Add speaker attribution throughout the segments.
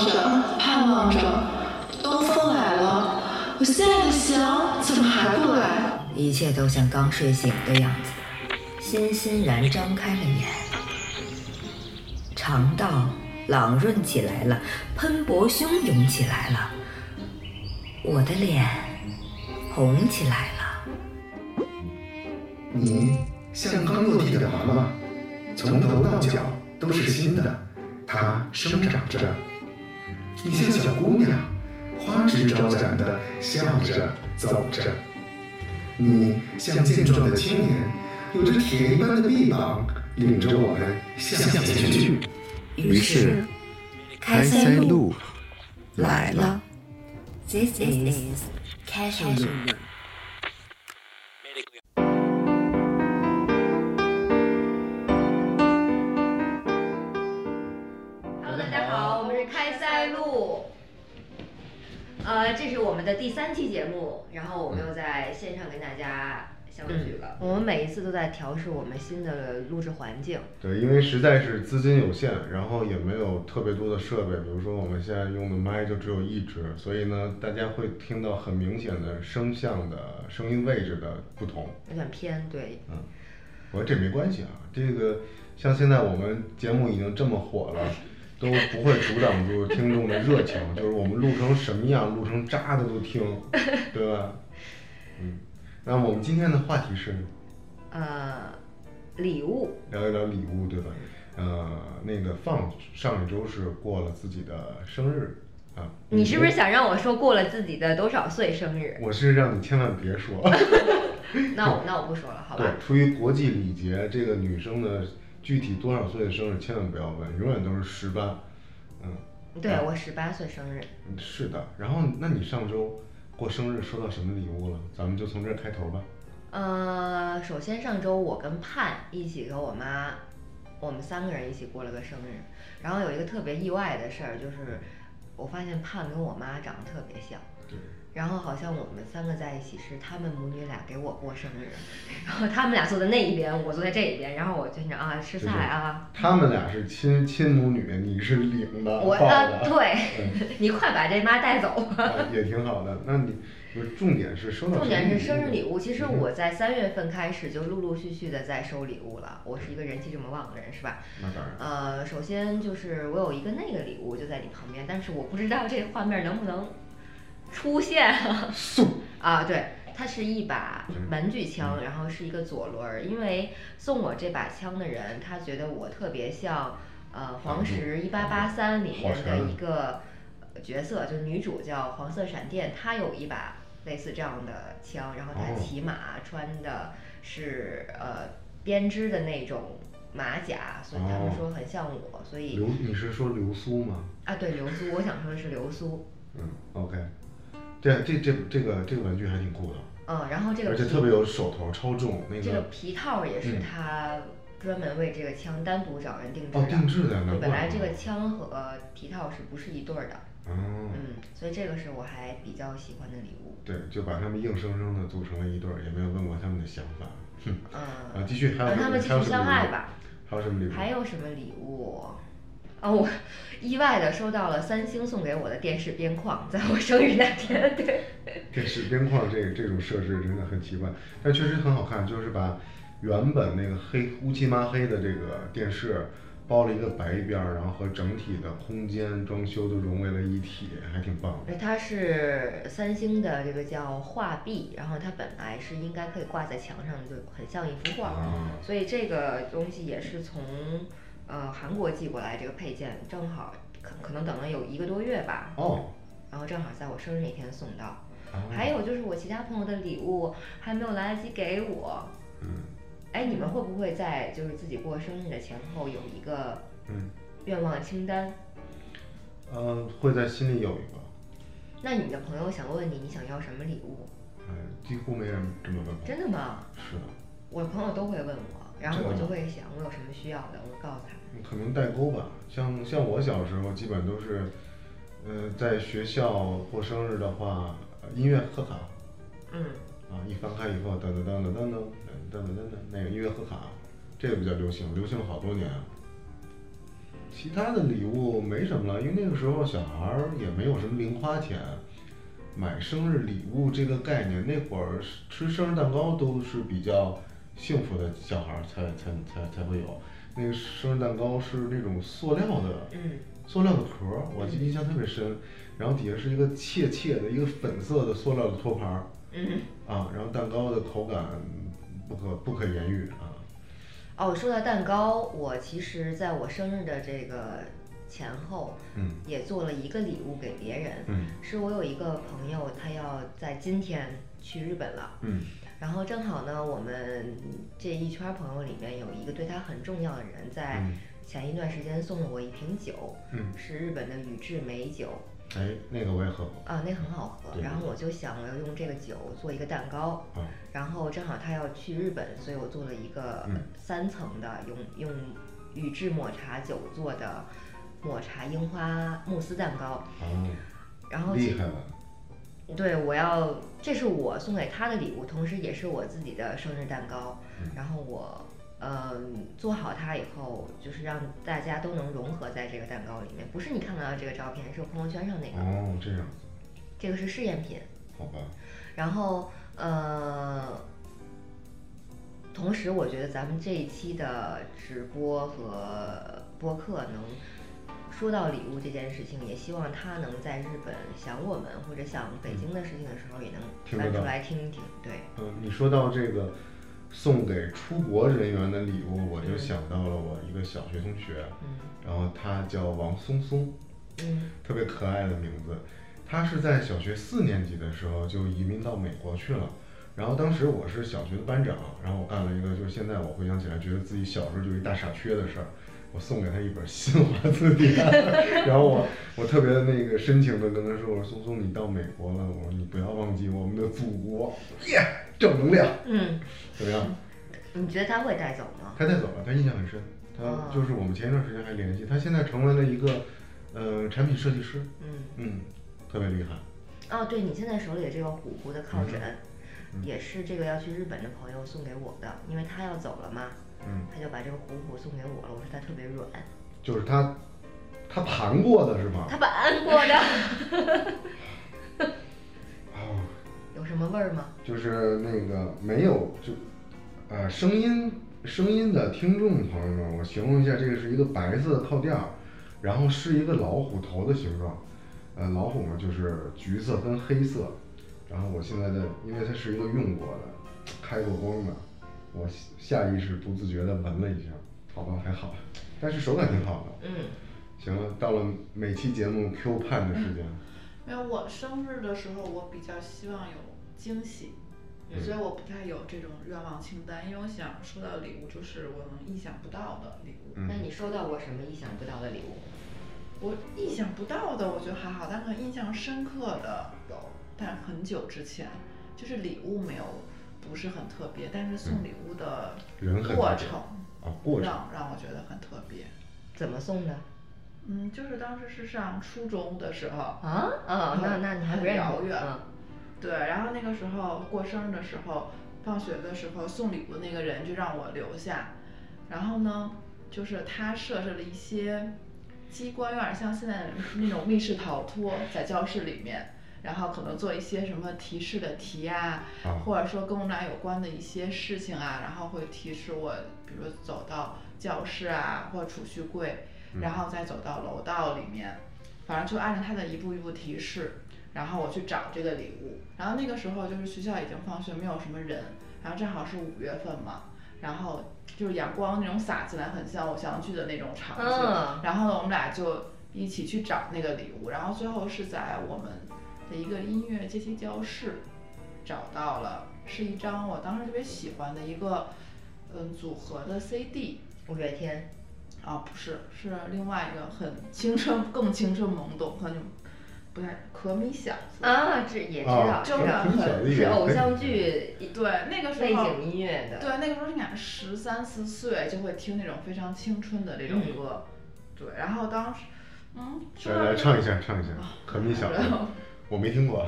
Speaker 1: 着，盼望着，东风来了，我心爱的翔怎么还不来？
Speaker 2: 一切都像刚睡醒的样子。欣欣然张开了眼，肠道朗润起来了，喷薄汹涌起来了，我的脸红起来了。
Speaker 3: 你像刚落地的娃娃，从头到脚都是新的，它生长着。你像小姑娘，花枝招展的笑着走着。你像健壮的青年，有着铁一般的臂膀，领着我们向前去。
Speaker 4: 于是，
Speaker 2: 开
Speaker 4: 开
Speaker 2: 塞
Speaker 4: 塞
Speaker 2: 露
Speaker 4: 露来了。
Speaker 2: ，This is casual
Speaker 5: 大家好，我们是开塞露。呃，这是我们的第三期节目，然后我们又在线上跟大家相聚了。
Speaker 4: 嗯
Speaker 5: 我们每一次都在调试我们新的录制环境。
Speaker 6: 对，因为实在是资金有限，然后也没有特别多的设备，比如说我们现在用的麦就只有一支，所以呢，大家会听到很明显的声像的声音位置的不同。
Speaker 5: 有点偏，对，
Speaker 6: 我说这没关系啊，这个像现在我们节目已经这么火了，都不会阻挡住听众的热情，就是我们录成什么样，录成渣的都听，对吧？嗯，那我们今天的话题是
Speaker 5: 呃，礼物，
Speaker 6: 聊一聊礼物，对吧？呃，那个放上一周是过了自己的生日啊，
Speaker 5: 你是不是想让我说过了自己的多少岁生日？
Speaker 6: 我是让你千万别说，
Speaker 5: 那我那我不说了，好吧
Speaker 6: 对，？出于国际礼节，这个女生的具体多少岁的生日千万不要问，永远都是十八，嗯，
Speaker 5: 对我十八岁生日，
Speaker 6: 是的。然后，那你上周过生日收到什么礼物了？咱们就从这儿开头吧。
Speaker 5: 呃，首先上周我跟盼一起和我妈，我们三个人一起过了个生日，然后有一个特别意外的事儿，就是我发现盼跟我妈长得特别像。
Speaker 6: 对，
Speaker 5: 然后好像我们三个在一起是他们母女俩给我过生日，然后他们俩坐在那一边，我坐在这一边，然后我就想啊吃
Speaker 6: 就是
Speaker 5: 菜啊，
Speaker 6: 他们俩是亲亲母女，你是领的，
Speaker 5: 我
Speaker 6: 抱
Speaker 5: 啊
Speaker 6: 的，
Speaker 5: 对，你快把这妈带走。
Speaker 6: 啊也挺好的。那你不是重点是收到
Speaker 5: 重
Speaker 6: 什么
Speaker 5: 点是生日礼
Speaker 6: 物，
Speaker 5: 物，其实我在三月份开始就陆陆续续的在收礼物了，我是一个人气这么旺的人，是吧？
Speaker 6: 那当然。
Speaker 5: 呃，首先就是我有一个那个礼物就在你旁边，但是我不知道这个画面能不能出现 啊。对，它是一把玩具枪，然后是一个左轮儿，因为送我这把枪的人，他觉得我特别像呃《黄石一八八三》里面的一个呃角色，就是女主叫黄色闪电，她有一把类似这样的枪，然后她
Speaker 6: 哦
Speaker 5: 骑马，穿的是呃编织的那种马甲，所以他们
Speaker 6: 哦
Speaker 5: 说很像我，所以
Speaker 6: 流，你是说流苏吗？
Speaker 5: 啊对流苏，我想说的是流苏，
Speaker 6: 嗯，OK，这这这这个这个玩具还挺酷的，
Speaker 5: 嗯，然后这个
Speaker 6: 而且
Speaker 5: 皮
Speaker 6: 特别有手头，超重那
Speaker 5: 这个
Speaker 6: 个
Speaker 5: 皮套也是
Speaker 6: 嗯
Speaker 5: 他专门为这个枪单独找人定制的。
Speaker 6: 哦定制的，
Speaker 5: 对，
Speaker 6: 难怪
Speaker 5: 本来这个
Speaker 6: 啊
Speaker 5: 枪和皮套是不是一对儿的？
Speaker 6: 哦，
Speaker 5: 嗯，所以这个是我还比较喜欢的礼物。
Speaker 6: 对，就把他们硬生生的组成了一对儿，也没有问过他们的想法。哼，啊，
Speaker 5: 嗯，
Speaker 6: 继续还有
Speaker 5: 让
Speaker 6: 什
Speaker 5: 他
Speaker 6: 么
Speaker 5: 们继
Speaker 6: 还有
Speaker 5: 续
Speaker 6: 什
Speaker 5: 相
Speaker 6: 么礼
Speaker 5: 爱
Speaker 6: 物
Speaker 5: 吧。
Speaker 6: 还有什么礼物？
Speaker 5: 还有什么礼物？啊、我意外的收到了三星送给我的电视边框，在我生日那天，对，
Speaker 6: 电视边框这这种设置真的很奇怪，但确实很好看，就是把原本那个黑乌漆嘛黑的这个电视包了一个白边儿，然后和整体的空间装修都融为了一体，还挺棒的。
Speaker 5: 它是三星的这个叫画壁，然后它本来是应该可以挂在墙上的，就很像一幅画，
Speaker 6: 啊，
Speaker 5: 所以这个东西也是从呃韩国寄过来这个配件，正好可可能等了有一个多月吧，
Speaker 6: 哦，
Speaker 5: 然后正好在我生日那天送到。
Speaker 6: 啊
Speaker 5: 还有就是我其他朋友的礼物还没有来得及给我。
Speaker 6: 嗯
Speaker 5: 哎，你们会不会在就是自己过生日的前后有一个
Speaker 6: 嗯，
Speaker 5: 愿望清单？
Speaker 6: 呃，会在心里有一个，
Speaker 5: 那你的朋友想问你，你想要什么礼物？
Speaker 6: 哎，几乎没人这么问过。
Speaker 5: 真的吗？
Speaker 6: 是的，
Speaker 5: 我朋友都会问我，然后
Speaker 6: 真的
Speaker 5: 我
Speaker 6: 吗
Speaker 5: 就会想我有什么需要的，我告诉他们。
Speaker 6: 可能代沟吧。像像我小时候，基本都是，呃，在学校过生日的话，呃音乐贺卡
Speaker 5: 嗯，
Speaker 6: 啊，一翻开以后，噔噔噔噔噔噔噔噔噔噔，那个音乐贺卡，这个比较流行，流行了好多年啊。其他的礼物没什么了，因为那个时候小孩儿也没有什么零花钱，买生日礼物这个概念，那会儿吃生日蛋糕都是比较幸福的小孩儿才才才才会有。那个生日蛋糕是那种塑料的，
Speaker 5: 嗯，
Speaker 6: 塑料的壳儿，我记得印象特别深。然后底下是一个切切的一个粉色的塑料的托盘儿，
Speaker 5: 嗯，
Speaker 6: 啊，然后蛋糕的口感不可不可言喻啊。
Speaker 5: 哦，说到蛋糕，我其实在我生日的这个前后，
Speaker 6: 嗯
Speaker 5: 也做了一个礼物给别人，
Speaker 6: 嗯
Speaker 5: 是我有一个朋友，他要在今天去日本了，
Speaker 6: 嗯
Speaker 5: 然后正好呢，我们这一圈儿朋友里面有一个对他很重要的人，在
Speaker 6: 嗯
Speaker 5: 前一段时间送了我一瓶酒，
Speaker 6: 嗯，
Speaker 5: 是日本的宇治美酒，
Speaker 6: 哎，那个我也喝过
Speaker 5: 啊，那很好喝。
Speaker 6: 对
Speaker 5: 然后我就想我要用这个酒做一个蛋糕，
Speaker 6: 啊，
Speaker 5: 然后正好他要去日本，所以我做了一个
Speaker 6: 嗯
Speaker 5: 三层的，用用宇治抹茶酒做的抹茶樱花慕斯蛋糕。
Speaker 6: 啊，
Speaker 5: 然后
Speaker 6: 厉
Speaker 5: 其
Speaker 6: 害了，
Speaker 5: 对，我要这是我送给他的礼物，同时也是我自己的生日蛋糕。然后我嗯做好它以后，就是让大家都能融合在这个蛋糕里面，不是你看到的这个照片，是我朋友圈上那个，
Speaker 6: 哦，这样子，
Speaker 5: 这个是试验品。
Speaker 6: 好吧，
Speaker 5: 然后呃，同时我觉得咱们这一期的直播和播客能说到礼物这件事情，也希望他能在日本想我们或者想北京的事情的时候，也能
Speaker 6: 嗯听得
Speaker 5: 翻出
Speaker 6: 到
Speaker 5: 来听一听。对，
Speaker 6: 嗯，你说到这个送给出国人员的礼物，我就想到了我一个小学同学，
Speaker 5: 嗯
Speaker 6: 然后他叫王松松，
Speaker 5: 嗯
Speaker 6: 特别可爱的名字。他是在小学四年级的时候就移民到美国去了，然后当时我是小学的班长，然后我干了一个就是现在我回想起来觉得自己小时候就是一大傻缺的事儿，我送给他一本新华字典， 然后我我特别那个深情的跟他说，我说松松你到美国了，我说你不要忘记我们的祖国，耶、正能量，
Speaker 5: 嗯，
Speaker 6: 怎么样？
Speaker 5: 你觉得他会带走吗？
Speaker 6: 他带走了，他印象很深。
Speaker 5: 哦
Speaker 6: 他就是我们前一段时间还联系，他现在成为了一个，呃，产品设计师，
Speaker 5: 嗯，
Speaker 6: 嗯，特别厉害。
Speaker 5: 哦，对你现在手里的这个虎扑的靠枕。
Speaker 6: 嗯
Speaker 5: 嗯也是这个要去日本的朋友送给我的，因为他要走了嘛，
Speaker 6: 嗯，
Speaker 5: 他就把这个虎虎送给我了。我说它特别软，
Speaker 6: 就是他，他盘过的是吗？
Speaker 5: 他把按过的，
Speaker 6: 哦，
Speaker 5: 有什么味儿吗？
Speaker 6: 就是那个没有就，呃，声音声音的听众朋友们，我形容一下，这个是一个白色的靠垫儿，然后是一个老虎头的形状，呃，老虎嘛就是橘色跟黑色，然后我现在的，因为它是一个用过的，开过光的，我下意识不自觉的闻了一下，好吧，还好，但是手感挺好的。
Speaker 5: 嗯，
Speaker 6: 行了，到了每期节目 Q 盼的时间，
Speaker 1: 因为我生日的时候，我比较希望有惊喜，
Speaker 6: 嗯
Speaker 1: 所以我不太有这种愿望清单，因为我想收到礼物就是我能意想不到的礼物。
Speaker 5: 那
Speaker 6: 嗯，
Speaker 5: 你收到过什么意想不到的礼物？
Speaker 1: 我意想不到的，我觉得还好，但可能印象深刻的有，但很久之前，就是礼物没有，不是很特别，但是送礼物的
Speaker 6: 嗯人很
Speaker 1: 过
Speaker 6: 特别
Speaker 1: 程
Speaker 6: 啊，过程，
Speaker 1: 让让我觉得很特别。
Speaker 5: 怎么送的？
Speaker 1: 嗯，就是当时是上初中的时候，
Speaker 5: 啊啊，那那你还不认识我？
Speaker 1: 很遥远
Speaker 5: 嗯
Speaker 1: 对，然后那个时候过生日的时候，放学的时候送礼物的那个人就让我留下，然后呢，就是他设置了一些机关，有点像现在的那种密室逃脱，在教室里面，然后可能做一些什么提示的题呀、
Speaker 5: 嗯
Speaker 6: 啊
Speaker 1: 或者说跟我们俩有关的一些事情啊，然后会提示我，比如走到教室啊，或储蓄柜，然后再走到楼道里面，反正就按照他的一步一步提示，然后我去找这个礼物。然后那个时候就是学校已经放学，没有什么人，然后正好是五月份嘛，然后就是阳光那种洒进来，很像我想去的那种场景。
Speaker 5: 嗯
Speaker 1: 然后呢，我们俩就一起去找那个礼物，然后最后是在我们的一个音乐阶梯教室找到了，是一张我当时特别喜欢的一个嗯组合的 CD。
Speaker 5: 五月天，
Speaker 1: 啊，不是，是另外一个很青春、更青春懵懂，很不太可米小子。
Speaker 5: 啊，这也知道，
Speaker 6: 啊，
Speaker 5: 知
Speaker 1: 就
Speaker 5: 道
Speaker 1: 是
Speaker 6: 很小的一哎
Speaker 5: 是
Speaker 6: 个
Speaker 5: 偶像剧
Speaker 1: 对，那个时
Speaker 5: 背
Speaker 1: 候，
Speaker 5: 景音乐的。
Speaker 1: 对，那个时候你看十三四岁就会听那种非常青春的这种
Speaker 5: 嗯
Speaker 1: 歌，对，然后当时，嗯，说
Speaker 6: 来
Speaker 1: 到
Speaker 6: 来
Speaker 1: 这
Speaker 6: 唱一下，唱一下，
Speaker 5: 啊
Speaker 6: 可米小
Speaker 1: 然后
Speaker 6: 子，我没听过。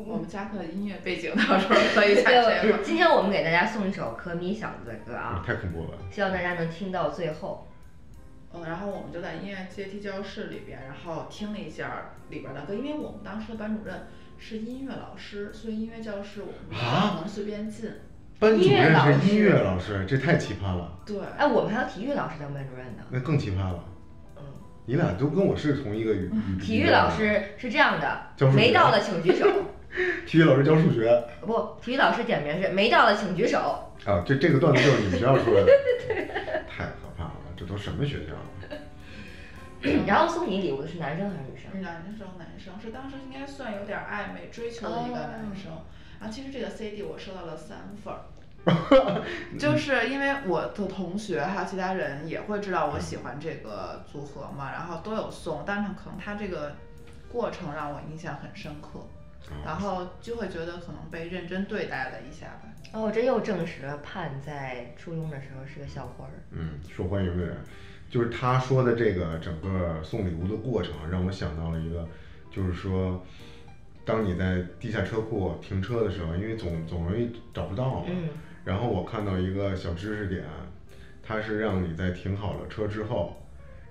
Speaker 1: 我们加课音乐背景到时候可以踩这个
Speaker 5: 对，。今天我们给大家送一首可米小子的歌啊，
Speaker 6: 嗯太恐怖了，
Speaker 5: 希望大家能听到最后。
Speaker 1: 嗯，然后我们就在音乐阶梯教室里边，然后听了一下里边的歌，因为我们当时的班主任是音乐老师，所以音乐教室我们
Speaker 6: 啊
Speaker 1: 不能随便进。
Speaker 6: 班主
Speaker 5: 音乐老
Speaker 6: 任是音
Speaker 5: 师
Speaker 6: 乐老师，这太奇葩了，
Speaker 1: 对，
Speaker 5: 哎，我们还有体育老师当班主任呢。
Speaker 6: 那更奇葩了。
Speaker 5: 嗯，啊
Speaker 6: 你俩都跟我是同一个语语啊
Speaker 5: 体育老，师是这样的
Speaker 6: 教，数学
Speaker 5: 没到的请举手。
Speaker 6: 体育老师教数学
Speaker 5: 不，体育老师简明是没到的请举手。
Speaker 6: 啊，这这个段子就是你们学校 出来的，太可怕了，这都什么学校啊？
Speaker 5: 然后送你礼物的是男生还是女生？
Speaker 1: 男生男生是当时应该算有点暧昧追求的一个男生。
Speaker 5: 哦
Speaker 1: 然后其实这个 CD 我收到了三份 儿，就是因为我的同学还有其他人也会知道我喜欢这个组合嘛，然后都有送，但是可能他这个过程让我印象很深刻，
Speaker 5: 哦
Speaker 1: 然后就会觉得可能被认真对待了一下吧。
Speaker 5: 哦，这又证实了盼在初中的时候是个校花儿。
Speaker 6: 嗯，受欢迎的人，就是他说的这个整个送礼物的过程，让我想到了一个，就是说，当你在地下车库停车的时候，因为总总容易找不到嘛，
Speaker 5: 嗯
Speaker 6: 然后我看到一个小知识点，它是让你在停好了车之后。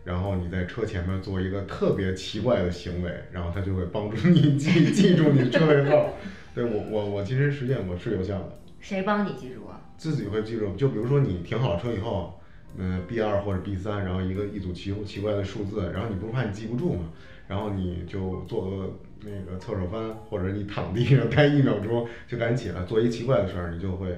Speaker 6: 然后你在车前面做一个特别奇怪的行为，然后它就会帮助你 记记住你车尾号。对我我我其实实践过是有效的，
Speaker 5: 谁帮你记住啊？
Speaker 6: 自己会记住。就比如说你停好了车以后，嗯、b 二或者 B 三，然后一个一组奇奇怪的数字，然后你不是怕你记不住嘛，然后你就做个那个侧手翻，或者你躺地上待一秒钟，就赶紧起来做一奇怪的事儿，你就会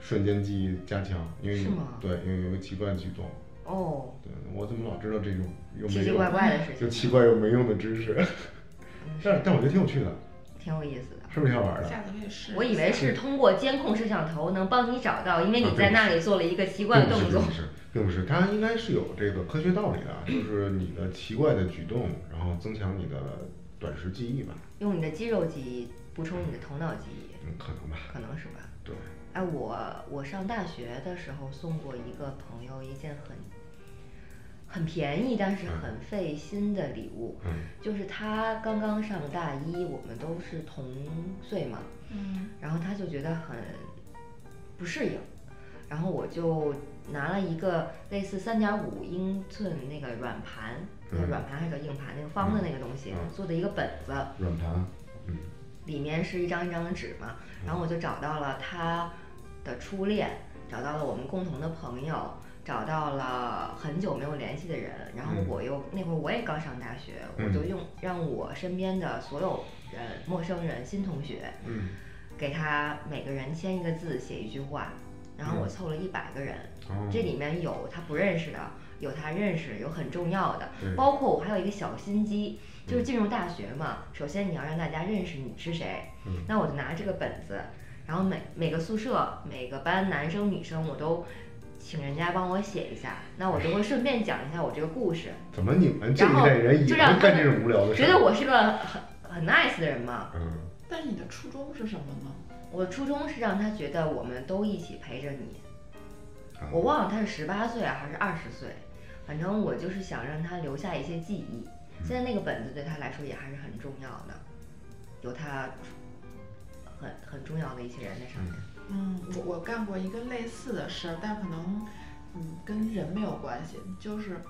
Speaker 6: 瞬间记忆加强，因为
Speaker 5: 是吗
Speaker 6: 对，因为有一个奇怪的举动。
Speaker 5: 哦，
Speaker 6: 对，我怎么老知道这种又没
Speaker 5: 奇
Speaker 6: 用
Speaker 5: 奇怪怪的事
Speaker 6: 就
Speaker 5: 情，啊
Speaker 6: 奇怪又没用的知识？ 但但我觉得挺有趣的，
Speaker 5: 挺有意思的。
Speaker 6: 是不是挺好玩的？
Speaker 1: 下次可以试一下。
Speaker 5: 嗯我以为是通过监控摄像头能帮你找到，因
Speaker 6: 啊
Speaker 5: 为你在那里做了一个奇怪的动作
Speaker 6: 并不。是，并不是，并不是它应该是有这个科学道理的，啊就是你的奇怪的举动，然后增强你的短时记忆吧，
Speaker 5: 用你的肌肉记忆补充你的头脑记忆，
Speaker 6: 嗯，可能吧，
Speaker 5: 可能是吧？
Speaker 6: 对，
Speaker 5: 哎，我我上大学的时候送过一个朋友一件很很便宜但是很费心的礼物，
Speaker 6: 嗯
Speaker 5: 就是他刚刚上大一，我们都是同岁嘛，
Speaker 1: 嗯，
Speaker 5: 然后他就觉得很不适应，然后我就拿了一个类似三点五英寸那个软盘，那
Speaker 6: 嗯
Speaker 5: 软盘还是叫硬盘，那个方的那个东西、
Speaker 6: 嗯
Speaker 5: 做的一个本子，
Speaker 6: 软盘，嗯，
Speaker 5: 里面是一张一张的纸嘛，然后我就找到了他的初恋，找到了我们共同的朋友，找到了很久没有联系的人，然后
Speaker 6: 嗯
Speaker 5: 我又那会儿我也刚上大学，
Speaker 6: 嗯
Speaker 5: 我就用让我身边的所有人、陌生人、新同学，
Speaker 6: 嗯，
Speaker 5: 给他每个人签一个字，写一句话，然后我
Speaker 6: 嗯
Speaker 5: 凑了一百个人，
Speaker 6: 哦，
Speaker 5: 这里面有他不认识的，有他认识，有很重要的，
Speaker 6: 对
Speaker 5: 包括我还有一个小心机，就是进入大学嘛，首先你要让大家认识你是谁。
Speaker 6: 嗯
Speaker 5: 那我就拿这个本子，然后每每个宿舍每个班男生女生我都请人家帮我写一下，那我就会顺便讲一下我这个故事，
Speaker 6: 怎么你们这一
Speaker 5: 然后
Speaker 6: 代人也
Speaker 5: 就让
Speaker 6: 会
Speaker 5: 他
Speaker 6: 干
Speaker 5: 们
Speaker 6: 这种无聊的事？
Speaker 5: 觉得，我是个很很 nice 的人嘛。
Speaker 6: 嗯，
Speaker 1: 但是你的初衷是什么呢？
Speaker 5: 我初衷是让他觉得我们都一起陪着你，
Speaker 6: 啊
Speaker 5: 我忘了他是十八岁啊，还是二十岁，反正我就是想让他留下一些记忆。现在那个本子对他来说也还是很重要的，有他很很重要的一些人在上面。
Speaker 1: 嗯，我我干过一个类似的事儿，但可能嗯跟人没有关系，就是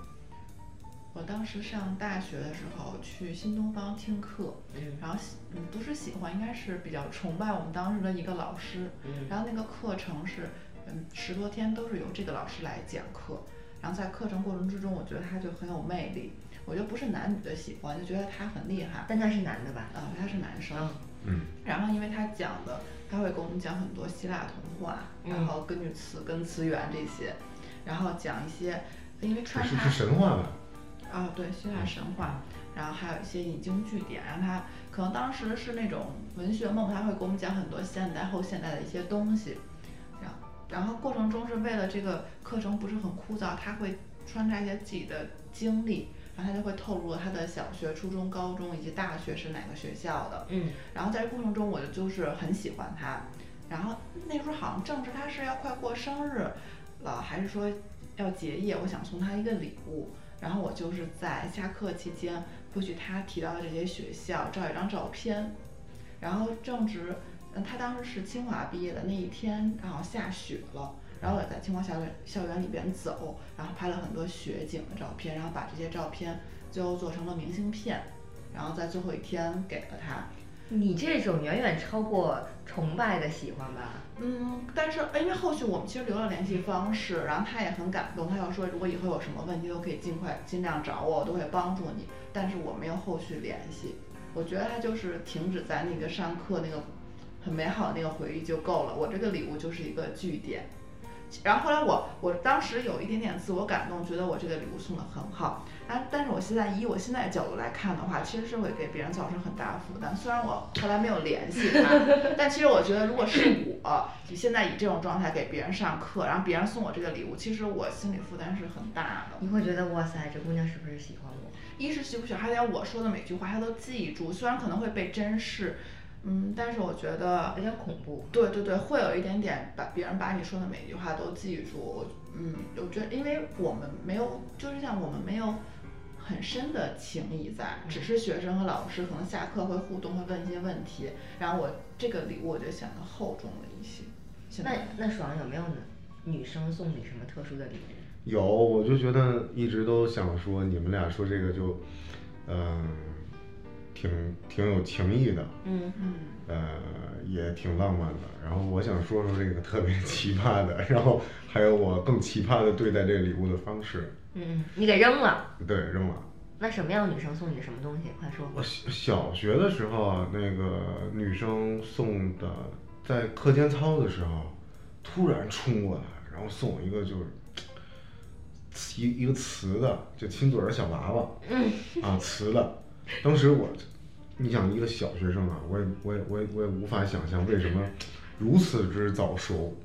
Speaker 1: 我当时上大学的时候去新东方听课，
Speaker 5: 嗯
Speaker 1: 然后喜嗯不是喜欢，应该是比较崇拜我们当时的一个老师，
Speaker 5: 嗯
Speaker 1: 然后那个课程是嗯十多天都是由这个老师来讲课，然后在课程过程之中，我觉得他就很有魅力，我就不是男女的喜欢，就觉得他很厉害，
Speaker 5: 但他是男的吧？
Speaker 1: 啊、他是男生。
Speaker 5: 嗯
Speaker 1: 然后因为他讲的，他会给我们讲很多希腊童话，
Speaker 5: 嗯
Speaker 1: 然后根据词根词源这些，然后讲一些，呃因为
Speaker 6: 这
Speaker 1: 穿
Speaker 6: 是
Speaker 1: 插
Speaker 6: 是神话吧？
Speaker 1: 啊、对希腊神话，然后还有一些引经据典，让他可能当时是那种文学梦，他会给我们讲很多现代后现代的一些东西，然后然后过程中是为了这个课程不是很枯燥，他会穿插一些自己的经历，然后他就会透露他的小学、初中、高中以及大学是哪个学校的，
Speaker 5: 嗯
Speaker 1: 然后在这过程中，我就是很喜欢他。然后那时候好像正是他是要快过生日了，还是说要结业，我想送他一个礼物。然后我就是在下课期间会去他提到的这些学校照一张照片。然后正值，嗯，他当时是清华毕业的那一天，然后下雪了，然后我在清华校园校园里边走，然后拍了很多雪景的照片，然后把这些照片最后做成了明信片，然后在最后一天给了他。
Speaker 5: 你这种远远超过崇拜的喜欢吧？
Speaker 1: 嗯，但是因为后续我们其实留了联系方式，然后他也很感动，他又说如果以后有什么问题都可以尽快尽量找我，我都会帮助你。但是我没有后续联系，我觉得他就是停止在那个上课那个很美好的那个回忆就够了。我这个礼物就是一个据点。然后后来我我当时有一点点自我感动，觉得我这个礼物送的很好，但但是我现在以我现在的角度来看的话，其实是会给别人造成很大负担。虽然我后来没有联系他，但其实我觉得如果是我就现在以这种状态给别人上课，然后别人送我这个礼物，其实我心理负担是很大的。
Speaker 5: 你会觉得哇塞，这姑娘是不是喜欢我？
Speaker 1: 一是喜不喜欢，还得我说的每句话他都记住，虽然可能会被珍视，嗯，但是我觉得
Speaker 5: 有点恐怖。
Speaker 1: 对对对，会有一点点把别人把你说的每句话都记住。我嗯，我觉得，因为我们没有，就是像我们没有很深的情谊在，只是学生和老师可能下课会互动，会问一些问题。然后我这个礼物我就显得厚重了一些。现
Speaker 5: 那
Speaker 1: 在
Speaker 5: 那爽有没有呢？女生送你什么特殊的礼物？
Speaker 6: 有，我就觉得一直都想说，你们俩说这个就，嗯、挺挺有情谊的，
Speaker 5: 嗯，
Speaker 6: 呃，也挺浪漫的。然后我想说说这个特别 奇葩的，然后还有我更奇葩的对待这个礼物的方式。
Speaker 5: 嗯，你给扔了。
Speaker 6: 对，扔了。
Speaker 5: 那什么样的女生送你什么东西？快说。
Speaker 6: 我小小学的时候啊，那个女生送的，在课间操的时候，突然冲过来，然后送我一个就是一一个瓷的，就亲嘴儿的小娃娃，嗯，啊，瓷的。当时我，你想一个小学生啊，我也我也我也我也无法想象为什么如此之早熟。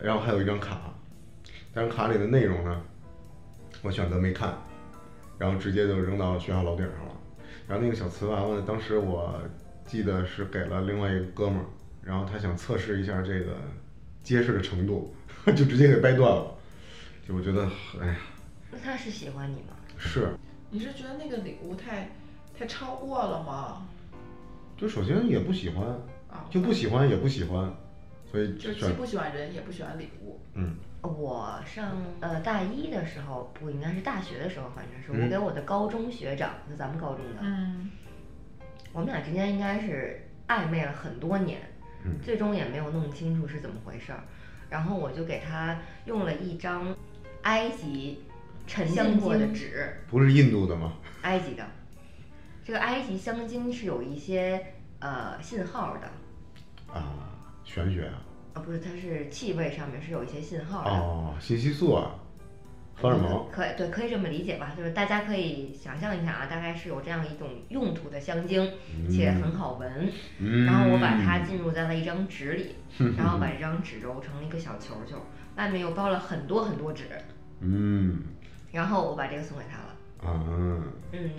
Speaker 6: 然后还有一张卡，但是卡里的内容呢，我选择没看，然后直接就扔到学校楼顶上了。然后那个小瓷娃娃呢，当时我记得是给了另外一个哥们儿，然后他想测试一下这个结实的程度， 就直接给掰断了。就我觉得，哎呀，
Speaker 5: 那她是喜欢你吗？
Speaker 6: 是，
Speaker 1: 你是觉得那个礼物太太超过了吗？
Speaker 6: 就首先也不喜欢
Speaker 1: 啊，
Speaker 6: 就不喜欢也不喜欢，所以
Speaker 1: 就是
Speaker 6: 选
Speaker 1: 既不喜欢人，也不喜欢礼物。
Speaker 6: 嗯
Speaker 5: 我上呃大一的时候，不应该是大学的时候，反正是我
Speaker 6: 嗯
Speaker 5: 给我的高中学长，就咱们高中的，
Speaker 1: 嗯，
Speaker 5: 我们俩之间应该是暧昧了很多年，
Speaker 6: 嗯
Speaker 5: 最终也没有弄清楚是怎么回事儿。然后我就给他用了一张埃及沉浸过的纸，
Speaker 6: 不是印度的吗？
Speaker 5: 嗯埃及的。这个埃及香精是有一些呃信号的，
Speaker 6: 啊，玄学啊，
Speaker 5: 啊不是，它是气味上面是有一些信号的。
Speaker 6: 哦，信息素啊，荷尔蒙，
Speaker 5: 嗯可以对，可以这么理解吧，就是大家可以想象一下啊，大概是有这样一种用途的香精，且很好闻。
Speaker 6: 嗯，
Speaker 5: 然后我把它浸入在了一张纸里，然后把这张纸揉成了一个小球球，外面又包了很多很多纸，
Speaker 6: 嗯
Speaker 5: 然后我把这个送给他了。
Speaker 6: 啊，
Speaker 5: 嗯，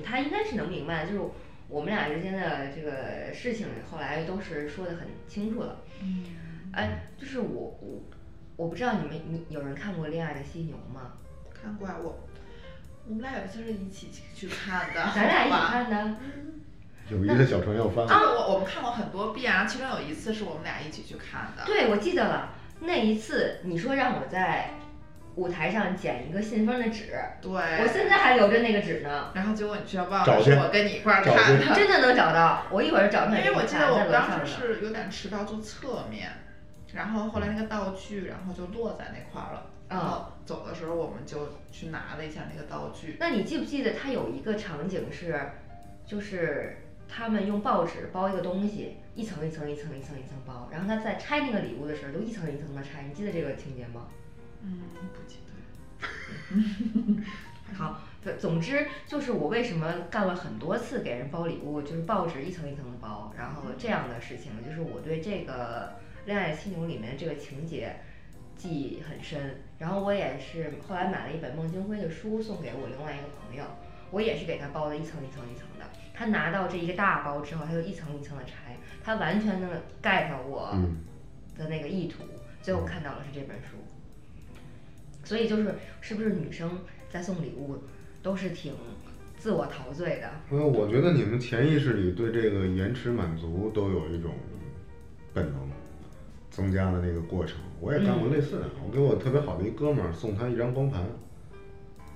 Speaker 5: 他应该是能明白，就是我们俩之间的这个事情，后来都是说的很清楚了。嗯，哎，就是我我我不知道你们你有人看过《恋爱的犀牛》吗？
Speaker 1: 看过来我，我们俩有一次是一起去看的，
Speaker 5: 咱俩一起
Speaker 1: 好吧
Speaker 5: 看的。
Speaker 6: 友谊的小船要翻
Speaker 1: 这
Speaker 5: 啊
Speaker 6: 了，
Speaker 1: 个我我们看过很多遍啊，其中有一次是我们俩一起去看的。
Speaker 5: 对，我记得了，那一次你说让我在舞台上捡一个信封的纸，
Speaker 1: 对，
Speaker 5: 我现在还留着那个纸呢，
Speaker 1: 然后结果你却忘
Speaker 6: 找
Speaker 1: 了
Speaker 6: 去
Speaker 1: 是我跟你一块儿
Speaker 6: 找
Speaker 1: 看
Speaker 6: 去
Speaker 1: 的，
Speaker 5: 真的能找到。我一会儿找出
Speaker 1: 因
Speaker 5: 来给
Speaker 1: 为
Speaker 5: 你
Speaker 1: 我
Speaker 5: 看，
Speaker 1: 记得我
Speaker 5: 在
Speaker 1: 们
Speaker 5: 楼
Speaker 1: 当
Speaker 5: 上
Speaker 1: 时
Speaker 5: 呢。
Speaker 1: 是有点迟到，坐侧面，然后后来那个道具，然后就落在那块儿了。
Speaker 5: 嗯
Speaker 1: 然后走的时候我们就去拿了一下那个道具，
Speaker 5: 那你记不记得它有一个场景是，就是他们用报纸包一个东西，一层一层一层一层一层包，然后他在拆那个礼物的时候就一层一层的拆，你记得这个情节吗？
Speaker 1: 嗯，不记得。
Speaker 5: 好，对，总之就是我为什么干了很多次给人包礼物，就是报纸一层一层的包，然后这样的事情，就是我对这个《恋爱犀牛》里面这个情节记忆很深。然后我也是后来买了一本孟京辉的书送给我另外一个朋友，我也是给他包的一层一层一层的。他拿到这一个大包之后，他就一层一层的拆，他完全能 get 我
Speaker 6: 嗯。
Speaker 5: 的那个意图，最后看到了是这本书。所以就是，是不是女生在送礼物都是挺自我陶醉的？
Speaker 6: 因为我觉得你们潜意识里对这个延迟满足都有一种本能，增加的那个过程。我也干过类似的，我给我特别好的一哥们儿送他一张光盘，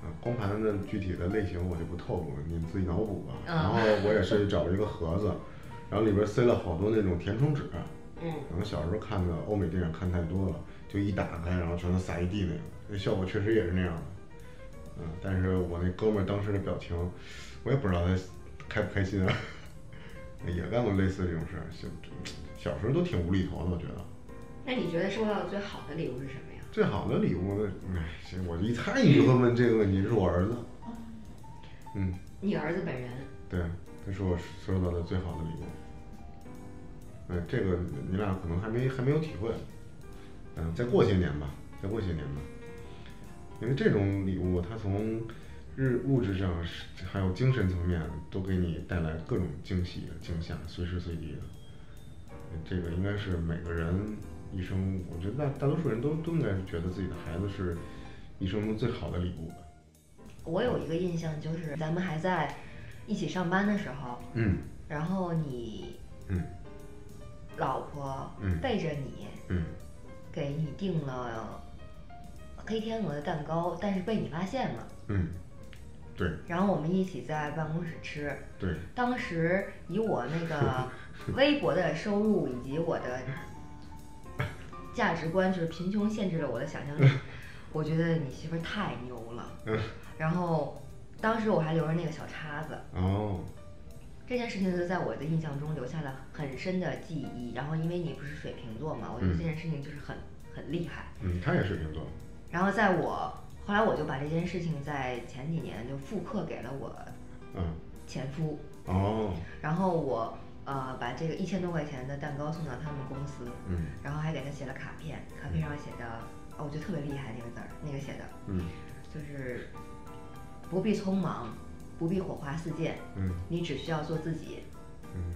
Speaker 6: 啊，光盘的具体的类型我就不透露，你们自己脑补吧。
Speaker 5: 嗯
Speaker 6: 然后我也是找一个盒子，然后里边塞了好多那种填充纸，
Speaker 5: 嗯，
Speaker 6: 可能小时候看的欧美电影看太多了，就一打开然后全都撒一地那个，那效果确实也是那样的。嗯，但是我那哥们儿当时的表情，我也不知道他开不开心啊。也干过类似这种事儿，小小时候都挺无厘头的，我觉得。
Speaker 5: 那你觉得收到的最好的礼物是什么呀？
Speaker 6: 最好的礼物，哎，这我一猜你就会问这个问题，是我儿子。嗯，
Speaker 5: 你儿子本人，
Speaker 6: 对，这是我收到的最好的礼物。嗯，这个你俩可能还没还没有体会，嗯，再过些年吧，再过些年吧，因为这种礼物它从日物质上是还有精神层面都给你带来各种惊喜、惊吓，随时随地的。嗯这个应该是每个人一生，我觉得大大多数人都都应该是觉得自己的孩子是一生中最好的礼物吧。
Speaker 5: 我有一个印象就是咱们还在一起上班的时候，
Speaker 6: 嗯
Speaker 5: 然后你
Speaker 6: 嗯
Speaker 5: 老婆
Speaker 6: 嗯
Speaker 5: 背着你
Speaker 6: 嗯，
Speaker 5: 给你订了黑天鹅的蛋糕，但是被你发现了。
Speaker 6: 嗯，对
Speaker 5: 然后我们一起在办公室吃，
Speaker 6: 对，
Speaker 5: 当时以我那个微薄的收入以及我的价值观，就是贫穷限制了我的想象 力。我觉得你媳妇儿太牛了。
Speaker 6: 嗯
Speaker 5: 然后当时我还留着那个小叉子，
Speaker 6: 哦，
Speaker 5: 这件事情就在我的印象中留下了很深的记忆。然后因为你不是水瓶座嘛，我觉得
Speaker 6: 嗯
Speaker 5: 这件事情就是很很厉害。
Speaker 6: 嗯，他也水瓶座，
Speaker 5: 然后在我后来我就把这件事情在前几年就复刻给了我
Speaker 6: 嗯，
Speaker 5: 前夫，
Speaker 6: 哦，
Speaker 5: 然后我呃把这个一千多块钱的蛋糕送到他们公司，
Speaker 6: 嗯
Speaker 5: 然后还给他写了卡片，卡片上写的，哦，我觉得特别厉害那个字儿，那个写的
Speaker 6: 嗯
Speaker 5: 就是不必匆忙，不必火花四溅，
Speaker 6: 嗯
Speaker 5: 你只需要做自己，
Speaker 6: 嗯，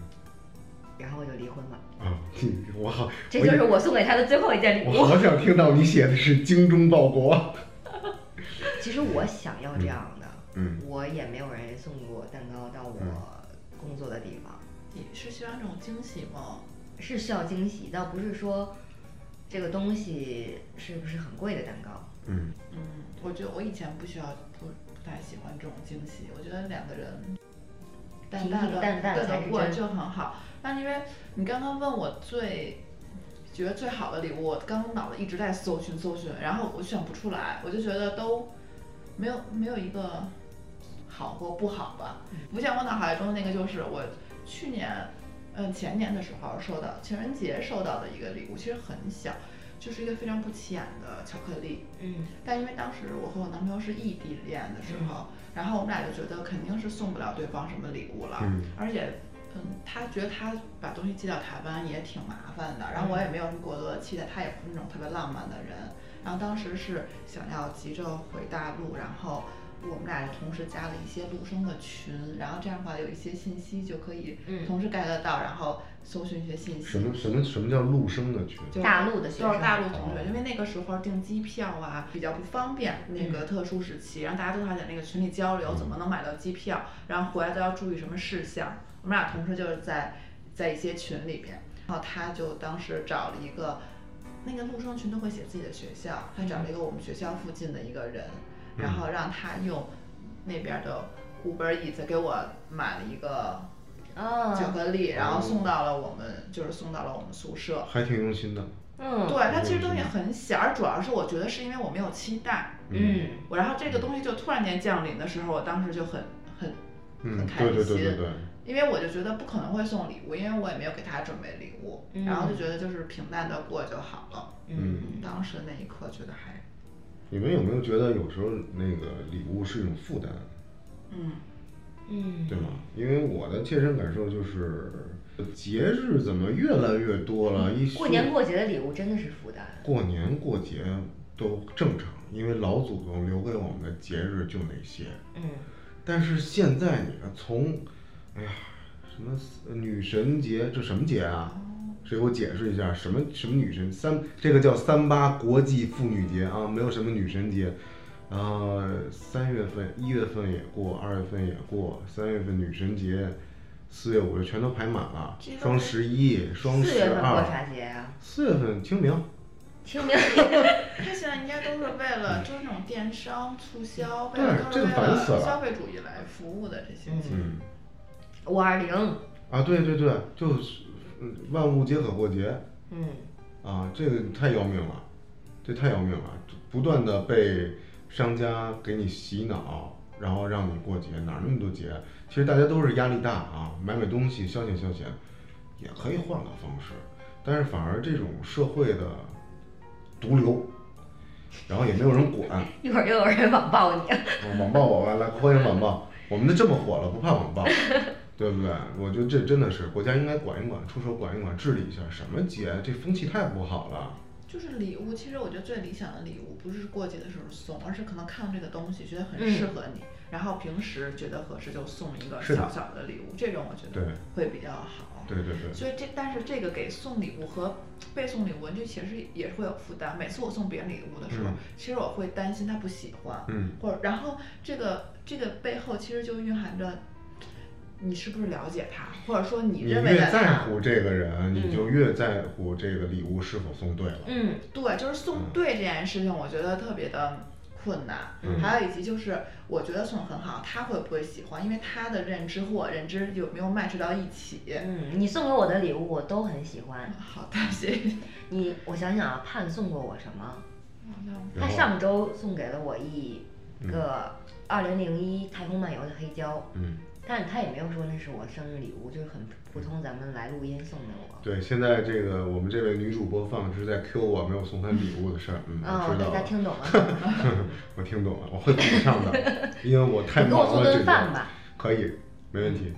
Speaker 5: 然后我就离婚了。
Speaker 6: 啊， 你我好，
Speaker 5: 这
Speaker 6: 我
Speaker 5: 就
Speaker 6: 以
Speaker 5: 是我送给他的最后一件礼
Speaker 6: 我
Speaker 5: 物。
Speaker 6: 好想听到你写的是精忠报国，
Speaker 5: 其实我想要这样的，
Speaker 6: 嗯
Speaker 5: 我也没有人送过蛋糕到我工作的地方，
Speaker 1: 你是希望这种惊喜吗？
Speaker 5: 是需要惊喜，倒不是说这个东西是不是很贵的蛋糕。
Speaker 6: 嗯
Speaker 1: 嗯，我觉得我以前不需要，不不太喜欢这种惊喜。我觉得两个人淡淡
Speaker 5: 平
Speaker 1: 的
Speaker 5: 平淡淡
Speaker 1: 对
Speaker 5: 才
Speaker 1: 的
Speaker 5: 是
Speaker 1: 过
Speaker 5: 真
Speaker 1: 就很好。但因为你刚刚问我最觉得最好的礼物，我刚刚脑子一直在搜寻搜寻，然后我选不出来，我就觉得都没有没有一个好或不好吧。不像我脑海中那个，就是我去年嗯前年的时候收到情人节收到的一个礼物，其实很小，就是一个非常不起眼的巧克力。
Speaker 5: 嗯，
Speaker 1: 但因为当时我和我男朋友是异地恋的时候，然后我们俩就觉得肯定是送不了对方什么礼物了，
Speaker 6: 嗯
Speaker 1: 而且，嗯，他觉得他把东西寄到台湾也挺麻烦的，然后我也没有什么过多的期待，他也不是那种特别浪漫的人，然后当时是想要急着回大陆，然后。我们俩就同时加了一些陆生的群，然后这样的话有一些信息就可以
Speaker 5: 嗯
Speaker 1: 同时 get 得到，然后搜寻一些信息。
Speaker 6: 什么什么什么叫陆生的群？
Speaker 1: 就
Speaker 5: 大陆的学
Speaker 1: 都是
Speaker 5: 生哦
Speaker 1: 大陆同学，因为那个时候订机票啊比较不方便，
Speaker 5: 嗯
Speaker 1: 那个特殊时期，然后大家都还在那个群里交流怎么能买到机票，然后回来都要注意什么事项。我们俩同时就是在在一些群里面，然后他就当时找了一个那个陆生群都会写自己的学校，他
Speaker 5: 嗯
Speaker 1: 找了一个我们学校附近的一个人，然后让他用那边的 Uber Eats 给我买了一个
Speaker 5: 哦，
Speaker 1: 巧克力，然后送到了我们就是送到了我们宿舍。
Speaker 6: 还挺用心的，
Speaker 5: 嗯，
Speaker 1: 对，它其实东西很小，而主要是我觉得是因为我没有期待，
Speaker 5: 嗯，
Speaker 1: 我然后这个东西就突然间降临的时候，我当时就很很
Speaker 6: 嗯
Speaker 1: 很，开
Speaker 6: 对
Speaker 1: 心，
Speaker 6: 对对对对，
Speaker 1: 因为我就觉得不可能会送礼物，因为我也没有给他准备礼物，
Speaker 5: 嗯
Speaker 1: 然后就觉得就是平淡的过就好了。
Speaker 6: 嗯，
Speaker 1: 嗯，当时那一刻觉得还，
Speaker 6: 你们有没有觉得有时候那个礼物是一种负担？
Speaker 1: 嗯
Speaker 5: 嗯，
Speaker 6: 对吗？因为我的切身感受就是，节日怎么越来越多了？一
Speaker 5: 过
Speaker 6: 说
Speaker 5: 年过节的礼物真的是负担。
Speaker 6: 过年过节都正常，因为老祖宗留给我们的节日就那些。
Speaker 5: 嗯，
Speaker 6: 但是现在你看，从，哎呀，什么呃女神节，这什么节啊？
Speaker 5: 哦
Speaker 6: 谁给我解释一下什么什么女神三？这个叫三八国际妇女节啊，没有什么女神节。呃然后三月份、一月份也过，二月份也过，三月份女神节，四月五月全都排满了
Speaker 1: 这，都
Speaker 6: 双十一、双
Speaker 5: 四
Speaker 6: 十
Speaker 5: 月份过啥
Speaker 6: 二，
Speaker 5: 节呀、
Speaker 6: 四月份清明，
Speaker 5: 清明
Speaker 1: 他现在应该都是为了就是那种电商促销，为
Speaker 6: 对
Speaker 1: 了都是
Speaker 6: 这
Speaker 1: 为
Speaker 6: 个烦死
Speaker 1: 了
Speaker 6: 了
Speaker 1: 消费主义来服务的这些。
Speaker 6: 嗯，
Speaker 5: 五二零，
Speaker 6: 啊，对对对，就是嗯万物皆可过节
Speaker 5: 嗯，
Speaker 6: 啊，这个太要命了，这太要命了，不断的被商家给你洗脑，然后让你过节，哪儿那么多节？其实大家都是压力大啊，买买东西消遣消遣，也可以换个方式，但是反而这种社会的毒瘤，然后也没有人管，哦
Speaker 5: 一会儿又有人网暴你，
Speaker 6: 网暴我吧，来欢迎网暴。我们都这么火了，不怕网暴，对不对？我觉得这真的是国家应该管一管，出手管一管，治理一下。什么节，这风气太不好了。
Speaker 1: 就是礼物，其实我觉得最理想的礼物不是过节的时候送，而是可能看到这个东西觉得很
Speaker 5: 嗯
Speaker 1: 适合你，然后平时觉得合适就送一个
Speaker 6: 是的
Speaker 1: 小小的礼物，这种我觉
Speaker 6: 对
Speaker 1: 得会比较好。
Speaker 6: 对对对，
Speaker 1: 所以这，但是这个给送礼物和被送礼物，这其实也会有负担。每次我送别人礼物的时候，
Speaker 6: 嗯
Speaker 1: 其实我会担心他不喜欢，
Speaker 6: 嗯，
Speaker 1: 或者然后这个这个背后其实就蕴含着你是不是了解他，或者说你
Speaker 6: 你
Speaker 1: 认为
Speaker 6: 越
Speaker 1: 的
Speaker 6: 在
Speaker 1: 他，
Speaker 6: 乎这个人，你就越在乎这个礼物是否送对了。
Speaker 5: 嗯，
Speaker 1: 对，就是送对这件事情，我觉得特别的困难。
Speaker 6: 嗯
Speaker 1: 还有以及就是，我觉得送很好，他会不会喜欢？因为他的认知和我认知有没有 match 到一起？
Speaker 5: 嗯，你送给我的礼物我都很喜欢。
Speaker 1: 好的，谢谢。
Speaker 5: 你，我想想啊，盼送过我什么？
Speaker 1: 好像
Speaker 5: 他
Speaker 6: 然后，
Speaker 5: 上周送给了我一个二零零一《太空漫游》的黑胶，
Speaker 6: 嗯，
Speaker 5: 但是他也没有说那是我生日礼物，就是很普通，咱们来录音送给我。
Speaker 6: 对，现在这个我们这位女主播放是在 Q 我没有送她礼物的事儿。嗯，
Speaker 5: 啊、
Speaker 6: 我知
Speaker 5: 大
Speaker 6: 道
Speaker 5: 家
Speaker 6: 了，
Speaker 5: 听懂了？
Speaker 6: 我听懂了，我会补上的，因为我太
Speaker 5: 你给我
Speaker 6: 忙
Speaker 5: 做
Speaker 6: 了。这
Speaker 5: 顿饭
Speaker 6: 个
Speaker 5: 吧，
Speaker 6: 可以，没问题。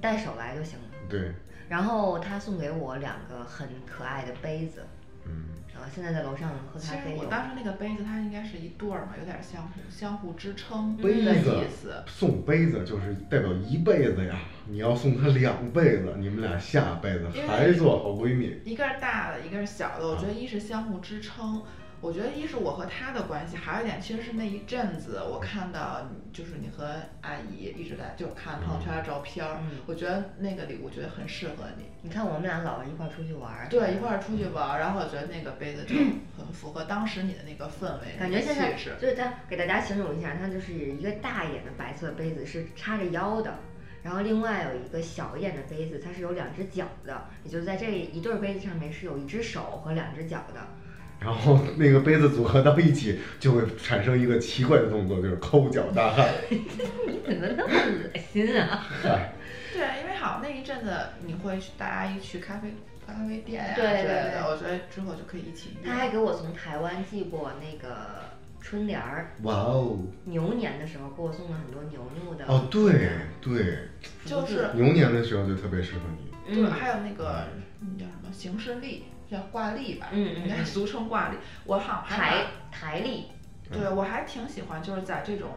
Speaker 5: 带手来就行了。
Speaker 6: 对，
Speaker 5: 然后他送给我两个很可爱的杯子，
Speaker 6: 嗯。
Speaker 5: 啊，现在在楼上喝
Speaker 1: 其
Speaker 5: 咖
Speaker 1: 实
Speaker 5: 啡
Speaker 1: 我
Speaker 5: 有。
Speaker 1: 当时那个杯子，它应该是一对儿嘛，有点相互相互支撑的
Speaker 6: 杯子
Speaker 1: 意思。
Speaker 6: 送杯子就是代表一辈子呀，你要送她两辈子，你们俩下辈子还做好闺蜜。
Speaker 1: 一个是大的，一个是小的。我觉得一是相互支撑，我觉得一是我和他的关系，还有一点其实是那一阵子我看到你，就是你和阿姨一直在就看朋友圈的照片儿，
Speaker 5: 嗯
Speaker 1: 我觉得那个礼物觉得很适合你，
Speaker 5: 你看我们俩老是一块儿出去玩儿，
Speaker 1: 对，一块儿出去玩儿，然后我觉得那个杯子 就很符合当时你的那个氛围，
Speaker 5: 感觉现在
Speaker 1: 气质
Speaker 5: 就是它给大家形容一下，它就是一个大一点的白色杯子是叉着腰的，然后另外有一个小一点的杯子，它是有两只脚的，也就是在这一对儿杯子上面是有一只手和两只脚的，
Speaker 6: 然后那个杯子组合到一起，就会产生一个奇怪的动作，就是抠脚大汉。
Speaker 5: 你怎么那么恶心啊？
Speaker 6: 嗨，
Speaker 1: 对，因为好那一阵子你会去大家一去咖啡咖啡店呀、之
Speaker 5: 对
Speaker 1: 类
Speaker 5: 对
Speaker 1: 的，
Speaker 5: 对
Speaker 1: 我觉得之后就可以一起约
Speaker 5: 他还给我从台湾寄过那个春联儿，
Speaker 6: 哇哦，
Speaker 1: 嗯
Speaker 5: 牛年的时候给我送了很多牛牛的，
Speaker 6: 哦对对，
Speaker 1: 就是
Speaker 6: 牛年的时候就特别适合你。
Speaker 1: 对，
Speaker 5: 嗯，
Speaker 1: 还有那个嗯叫什么行事历，叫挂历吧，
Speaker 5: 嗯嗯
Speaker 1: 应该
Speaker 5: 嗯
Speaker 1: 俗称挂历。我好像还
Speaker 5: 台台历，
Speaker 1: 对我还挺喜欢，就是在这种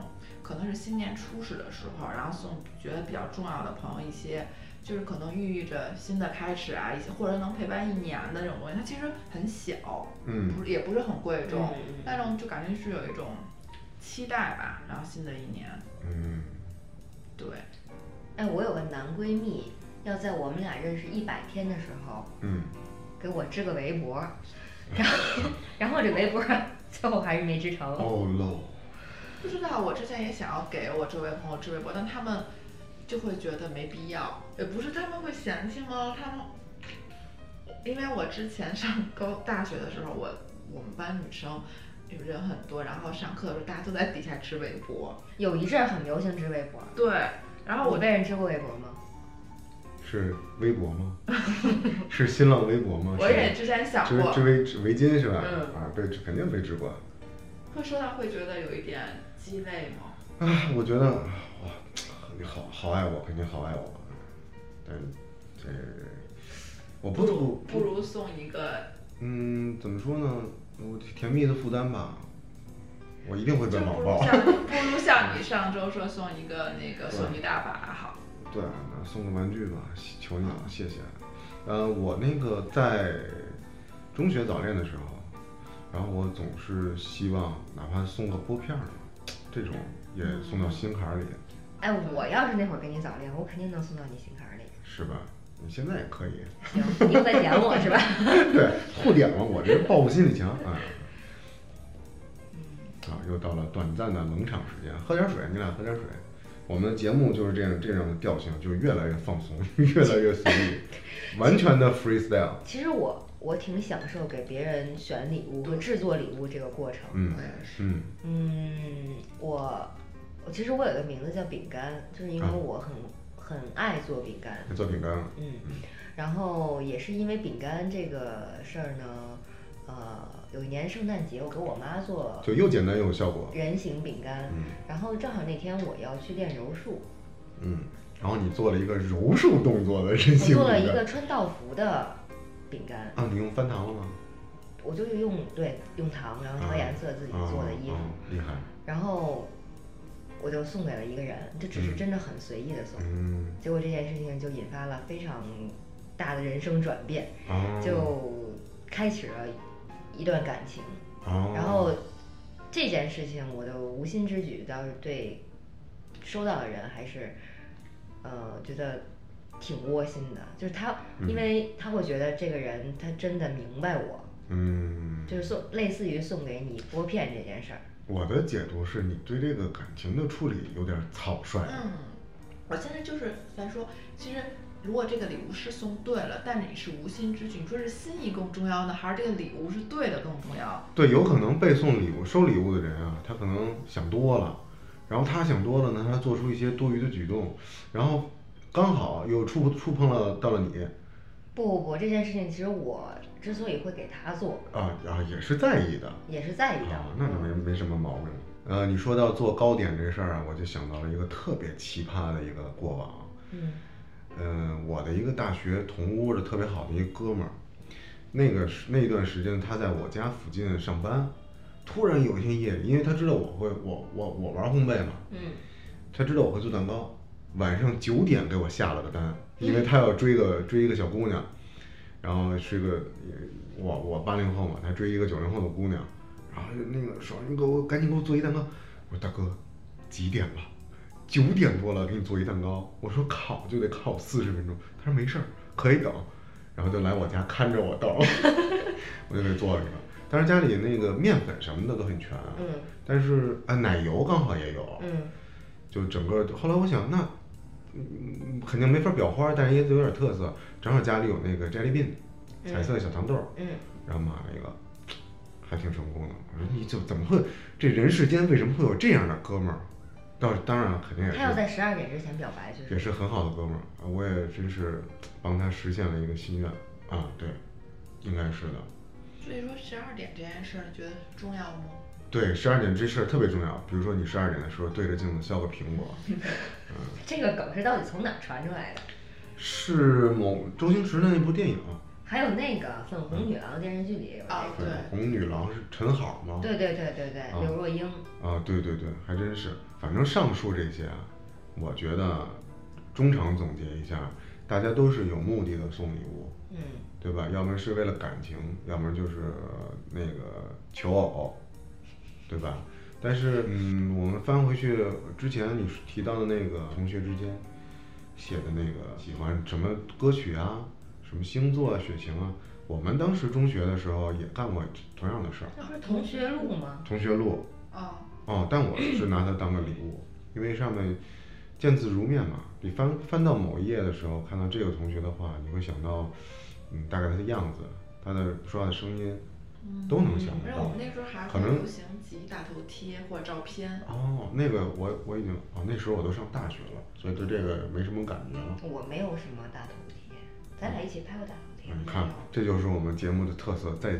Speaker 1: 可能是新年初始的时候，然后送觉得比较重要的朋友一些，就是可能寓意着新的开始啊，一些或者能陪伴一年的这种东西，它其实很小，
Speaker 6: 嗯，
Speaker 1: 不是也不是很贵重，
Speaker 5: 嗯嗯
Speaker 1: 那种就感觉是有一种期待吧，然后新的一年，
Speaker 6: 嗯，
Speaker 1: 对，
Speaker 5: 哎，我有个男闺蜜要在我们俩认识一百天的时候。
Speaker 6: 嗯，
Speaker 5: 给我织个围脖儿，
Speaker 1: 嗯
Speaker 5: 然后 然后这围脖儿最后还是没织成。
Speaker 6: 哦喽，
Speaker 1: 不知道，我之前也想要给我周围朋友织围脖，但他们就会觉得没必要，也不是他们会嫌弃吗？他们，因为我之前上高大学的时候，我我们班女生有人很多，然后上课的时候大家都在底下织围脖，
Speaker 5: 有一阵儿很流行织围脖儿，
Speaker 1: 对，然后我
Speaker 5: 你被人织过围脖吗？
Speaker 6: 是微博 吗？是新浪微博吗？
Speaker 1: 我也之前想
Speaker 6: 织
Speaker 1: 过
Speaker 6: 织，围围巾是吧？
Speaker 5: 嗯
Speaker 6: 啊，被肯定被织过。
Speaker 1: 会说到会觉得有一点鸡肋吗？
Speaker 6: 啊，我觉得哇，你好好爱我，肯定好爱我，但这我不
Speaker 1: 如不如送一个，
Speaker 6: 嗯，怎么说呢？我甜蜜的负担吧，我一定会被
Speaker 1: 就不
Speaker 6: 网
Speaker 1: 如
Speaker 6: 暴。
Speaker 1: 像不如像你上周说送一个那个索尼大法好。
Speaker 6: 对啊，那送个玩具吧，求你了，谢谢。呃，我那个在中学早恋的时候，然后我总
Speaker 1: 嗯
Speaker 6: 是希望哪怕送个拨片儿，这种也送到心坎儿里。
Speaker 5: 哎，我要是那会儿跟你早恋，我肯定能送到你心坎儿里。
Speaker 6: 是吧？你现在也可以，
Speaker 5: 行， 你又在点我是吧？
Speaker 6: 对，互点了，我这人报复心理强啊。
Speaker 5: 嗯
Speaker 6: 啊，又到了短暂的冷场时间，喝点水，你俩喝点水。我们的节目就是这样这种调性，就是越来越放松， 越来越随意，完全的 freestyle。
Speaker 5: 其实我我挺享受给别人选礼物和制作礼物这个过程。
Speaker 6: 嗯
Speaker 1: 我也是
Speaker 6: 嗯，
Speaker 5: 嗯，我我其实我有个名字叫饼干，就是因为
Speaker 6: 啊
Speaker 5: 我很很爱做饼干。
Speaker 6: 做饼干了，
Speaker 5: 嗯，然后也是因为饼干这个事儿呢，呃，有一年圣诞节我给我妈做
Speaker 6: 就又简单又有效果。
Speaker 5: 人形饼干，
Speaker 6: 嗯
Speaker 5: 然后正好那天我要去练柔术，
Speaker 6: 嗯，然后你做了一个柔术动作的人
Speaker 5: 我
Speaker 6: 形
Speaker 5: 做了
Speaker 6: 饼
Speaker 5: 一个
Speaker 6: 干。
Speaker 5: 穿道服的饼干，
Speaker 6: 啊，你用翻糖了吗？
Speaker 5: 我就用对用糖，然后调颜色自己做的衣服
Speaker 6: 啊，啊厉害。
Speaker 5: 然后我就送给了一个人，这只是
Speaker 6: 嗯
Speaker 5: 真的很随意的送，
Speaker 6: 嗯，
Speaker 5: 结果这件事情就引发了非常大的人生转变，
Speaker 6: 啊，
Speaker 5: 就开启了一段感情。
Speaker 6: 啊，
Speaker 5: 然后这件事情，我的无心之举倒是对收到的人还是，呃，觉得挺窝心的。就是他，因为他会觉得这个人他真的明白我，
Speaker 6: 嗯，
Speaker 5: 就是送类似于送给你拨片这件事儿。
Speaker 6: 我的解读是你对这个感情的处理有点草率。
Speaker 1: 嗯，我现在就是咱说，其实如果这个礼物是送对了，但你是无心之举，你说是心意更重要呢，还是这个礼物是对的更重要？
Speaker 6: 对，有可能被送礼物、收礼物的人啊，他可能想多了，然后他想多了呢，他做出一些多余的举动，然后刚好又触触碰了到了你
Speaker 5: 不不不，这件事情其实我之所以会给他做，
Speaker 6: 啊啊，也是在意的
Speaker 5: 也是在意嗯的。
Speaker 6: 啊，那就没没什么毛病。呃，你说到做糕点这事儿啊，我就想到了一个特别奇葩的一个过往。
Speaker 5: 嗯
Speaker 6: 嗯，我的一个大学同屋的特别好的一个哥们儿，那个时那段时间他在我家附近上班，突然有一天夜里，因为他知道我会我我我玩烘焙嘛，
Speaker 5: 嗯
Speaker 6: 他知道我会做蛋糕，晚上九点给我下了个单，因
Speaker 5: 嗯
Speaker 6: 为他要追个追一个小姑娘，然后是个我我八零后嘛，他追一个九零后的姑娘，然后那个说你给我赶紧给我做一蛋糕，我说大哥几点了？九点多了，给你做一蛋糕。我说烤就得烤四十分钟，他说没事儿，可以等，然后就来我家看着我等， 我就给做了一个。当然家里那个面粉什么的都很全啊，
Speaker 5: 嗯
Speaker 6: 但是啊奶油刚好也有，
Speaker 5: 嗯
Speaker 6: 就整个后来我想，那嗯肯定没法裱花，但是也得有点特色。正好家里有那个 jelly bean，彩色的小糖豆儿，
Speaker 5: 嗯，
Speaker 6: 然后买了一个，还挺成功的。我说你就怎么会这人世间为什么会有这样的哥们儿？当当然肯定也
Speaker 5: 他要
Speaker 6: 是
Speaker 5: 在十二点之前表白，就
Speaker 6: 也
Speaker 5: 是
Speaker 6: 是很好的哥们儿，啊我也真是帮他实现了一个心愿啊，对，应该是的。
Speaker 1: 所以说十二点这件事儿，你觉得重要吗？
Speaker 6: 对，十二点这事儿特别重要。比如说你十二点的时候对着镜子削个 苹果，
Speaker 5: 这个梗是到底从哪儿传出来的？
Speaker 6: 是某周星驰的那部电影，
Speaker 5: 还有那个《粉红女郎》电视剧里也有这
Speaker 1: 啊
Speaker 5: 个。
Speaker 1: 对
Speaker 6: 哎红女郎是陈好吗？
Speaker 5: 对对对对
Speaker 6: 哦
Speaker 5: 对，刘若英，
Speaker 6: 啊，对对对，还真是。反正上述这些啊，我觉得中场总结一下，大家都是有目的的送礼物，
Speaker 5: 嗯
Speaker 1: 哦
Speaker 6: 对吧？要么是为了感情，要么就是呃那个求偶，对吧？但是，嗯，我们翻回去之前你提到的那个同学之间写的那个喜欢什么歌曲啊，什么星座啊、血型啊，我们当时中学的时候也干过同样的事儿，
Speaker 1: 那不是
Speaker 5: 同学录吗？
Speaker 6: 同学录。
Speaker 1: 啊，
Speaker 6: 哦，但我是拿它当个礼物，因为上面见字如面嘛。你翻翻到某一页的时候，看到这个同学的话，你会想到，嗯，大概他的样子，他的说话的声音，都能想
Speaker 1: 反
Speaker 6: 得
Speaker 1: 正
Speaker 6: 到。
Speaker 1: 我们那时候还
Speaker 6: 可
Speaker 1: 会
Speaker 6: 能
Speaker 1: 流行集大头贴或者照片，
Speaker 6: 哦，那个我我已经哦，那时候我都上大学了，所以对这个没什么感觉了。
Speaker 5: 我没有什么大头贴，咱俩一起拍过大头贴
Speaker 6: 你
Speaker 5: 吗。
Speaker 6: 嗯看，这就是我们节目的特色，再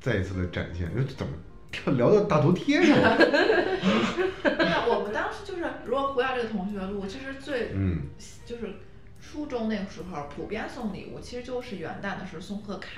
Speaker 6: 再一次的展现。这怎么跳聊到大头贴上了？
Speaker 1: 对啊，我们当时就是，如果回到这个同学录，其实最
Speaker 6: 嗯，
Speaker 1: 就是初中那个时候，普遍送礼物其实就是元旦的时候送贺卡。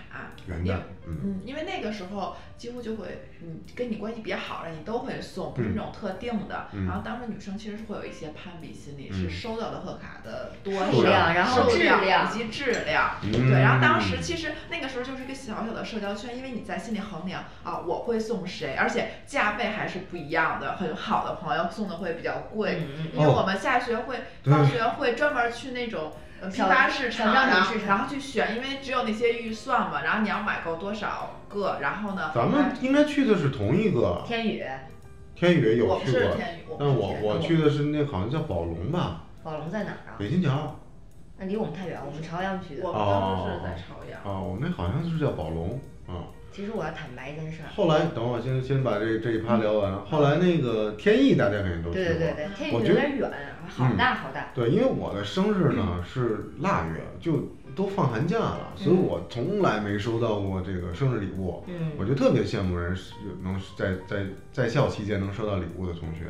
Speaker 6: 元
Speaker 1: 因
Speaker 6: 旦
Speaker 1: 为，
Speaker 6: 嗯，
Speaker 1: 嗯，因为那个时候几乎就会，嗯，跟你关系比较好的人，你都会送，不是
Speaker 6: 嗯
Speaker 1: 那种特定的。
Speaker 6: 嗯
Speaker 1: 然后当时女生其实是会有一些攀比心理，
Speaker 6: 嗯
Speaker 1: 是收到的贺卡的多
Speaker 6: 数量
Speaker 1: 少、
Speaker 5: 然后
Speaker 1: 数
Speaker 5: 质
Speaker 1: 量
Speaker 5: 量
Speaker 1: 以及质量。
Speaker 6: 嗯
Speaker 1: 对，然后当时其实那个时候就是一个小小的社交圈，因为你在心里衡量啊，我会送谁，而且价位还是不一样的，很好的朋友送的会比较贵，
Speaker 5: 嗯
Speaker 1: 因为
Speaker 6: 哦
Speaker 1: 我们下学会、
Speaker 6: 对
Speaker 1: 放学会专门去那种呃批
Speaker 5: 小
Speaker 1: 发市场，
Speaker 5: 小商
Speaker 1: 啊
Speaker 5: 品
Speaker 1: 然后
Speaker 5: 市场
Speaker 1: 然后去选，因为只有那些预算嘛，然后你要买够多少个，然后呢，
Speaker 6: 咱们应该去的是同一个，
Speaker 5: 天宇、
Speaker 6: 天宇
Speaker 1: 我
Speaker 6: 有
Speaker 1: 不
Speaker 6: 去
Speaker 1: 是
Speaker 6: 过，
Speaker 1: 天宇，我
Speaker 6: 但我我
Speaker 1: 不是
Speaker 6: 去的是那好像叫宝龙吧，
Speaker 5: 宝龙在哪儿啊？
Speaker 6: 北新桥
Speaker 5: 那离我们太远，我们朝阳区
Speaker 1: 天宇
Speaker 5: 的。
Speaker 1: 我们当时是在朝阳，
Speaker 6: 啊，我那好像是叫宝龙啊。
Speaker 5: 其实我要坦白一件事儿，
Speaker 6: 后来等会儿我先先把这这一趴聊完，后来那个天意大家肯定都去过，
Speaker 5: 对对对对，天宇
Speaker 6: 我觉
Speaker 5: 有
Speaker 6: 得嗯
Speaker 5: 点远，好大好大。
Speaker 6: 对，因为我的生日呢是腊月，就都放寒假了，所以我从来没收到过这个生日礼物。
Speaker 5: 嗯
Speaker 6: 我就特别羡慕人是有能在在在校期间能收到礼物的同学，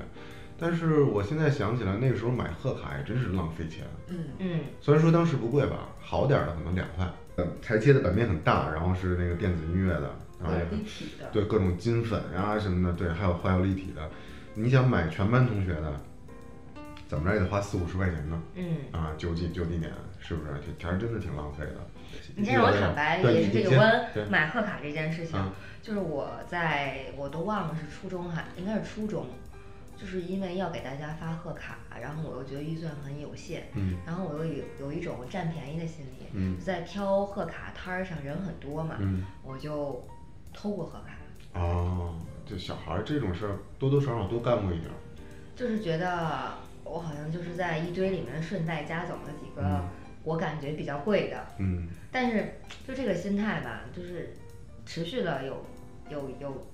Speaker 6: 但是我现在想起来，那个时候买贺卡也真是浪费钱。
Speaker 1: 嗯，
Speaker 5: 嗯，
Speaker 6: 虽然说当时不贵吧，好点儿的可能两块。呃，台阶的版面很大，然后是那个电子音乐的，然后也
Speaker 1: 对，
Speaker 6: 很
Speaker 1: 立体的，
Speaker 6: 对各种金粉啊什么的，对，还有还有立体的。你想买全班同学的，怎么着也得花四五十块钱呢。
Speaker 5: 嗯，
Speaker 6: 啊，九几九几年是不是？这还真的挺浪费的。
Speaker 5: 你先让我坦白，
Speaker 6: 对
Speaker 5: 也是
Speaker 6: 你
Speaker 5: 这
Speaker 6: 你
Speaker 5: 有
Speaker 6: 先
Speaker 5: 关
Speaker 6: 对
Speaker 5: 买贺卡这件事情
Speaker 6: 啊，
Speaker 5: 就是我在我都忘了是初中还应该是初中，就是因为要给大家发贺卡，然后我又觉得预算很有限，
Speaker 6: 嗯
Speaker 5: 然后我又有有一种占便宜的心理，
Speaker 6: 嗯
Speaker 5: 就在挑贺卡摊儿上人很多嘛，
Speaker 6: 嗯
Speaker 5: 我就偷过贺卡，
Speaker 6: 哦，这小孩儿这种事儿多多少少都干过一点儿。
Speaker 5: 就是觉得我好像就是在一堆里面顺带夹走了几个
Speaker 6: 嗯
Speaker 5: 我感觉比较贵的，
Speaker 6: 嗯
Speaker 5: 但是就这个心态吧，就是持续了有有有，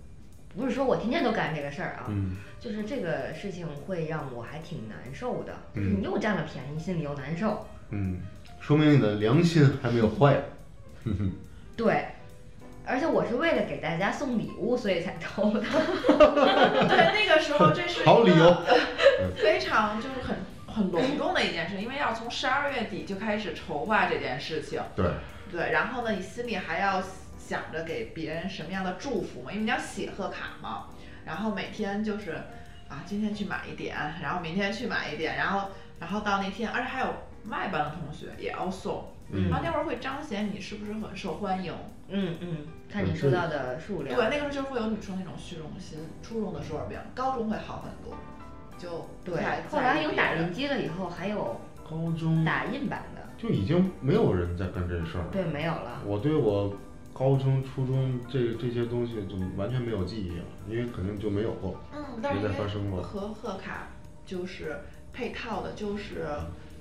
Speaker 5: 不是说我天天都干这个事儿啊，
Speaker 6: 嗯
Speaker 5: 就是这个事情会让我还挺难受的，就
Speaker 6: 嗯
Speaker 5: 是你又占了便宜，心里又难受。
Speaker 6: 嗯，说明你的良心还没有坏。
Speaker 5: 对，而且我是为了给大家送礼物，所以才偷的。
Speaker 1: 对，那 个时候这是一
Speaker 6: 好理由
Speaker 1: 个 非常就是很很隆重的一件事，因为要从十二月底就开始筹划这件事情，
Speaker 6: 对，
Speaker 1: 对，然后呢，你心里还要想着给别人什么样的祝福嘛，因为你要写贺卡嘛，然后每天就是啊，今天去买一点，然后明天去买一点，然后然后到那天，而且还有外班的同学也要送，
Speaker 6: 嗯
Speaker 1: 然后那会儿会彰显你是不是很受欢迎，
Speaker 5: 嗯嗯，看你收到的数
Speaker 1: 对，
Speaker 5: 量。
Speaker 1: 那个时候就会有女生那种虚荣心，初中的时候比较，高中会好很多，就不
Speaker 5: 对
Speaker 1: 太
Speaker 5: 后来有打
Speaker 1: 印
Speaker 5: 印，机了以后，还有
Speaker 6: 高中
Speaker 5: 打印版的，
Speaker 6: 就已经没有人在干这事儿了。
Speaker 5: 对，没有了。
Speaker 6: 我对我高中、初中这这些东西就完全没有记忆了，因为肯定就没有过，
Speaker 1: 嗯，但是
Speaker 6: 没
Speaker 1: 因
Speaker 6: 再
Speaker 1: 为
Speaker 6: 发生过。
Speaker 1: 和贺卡就是配套的，就是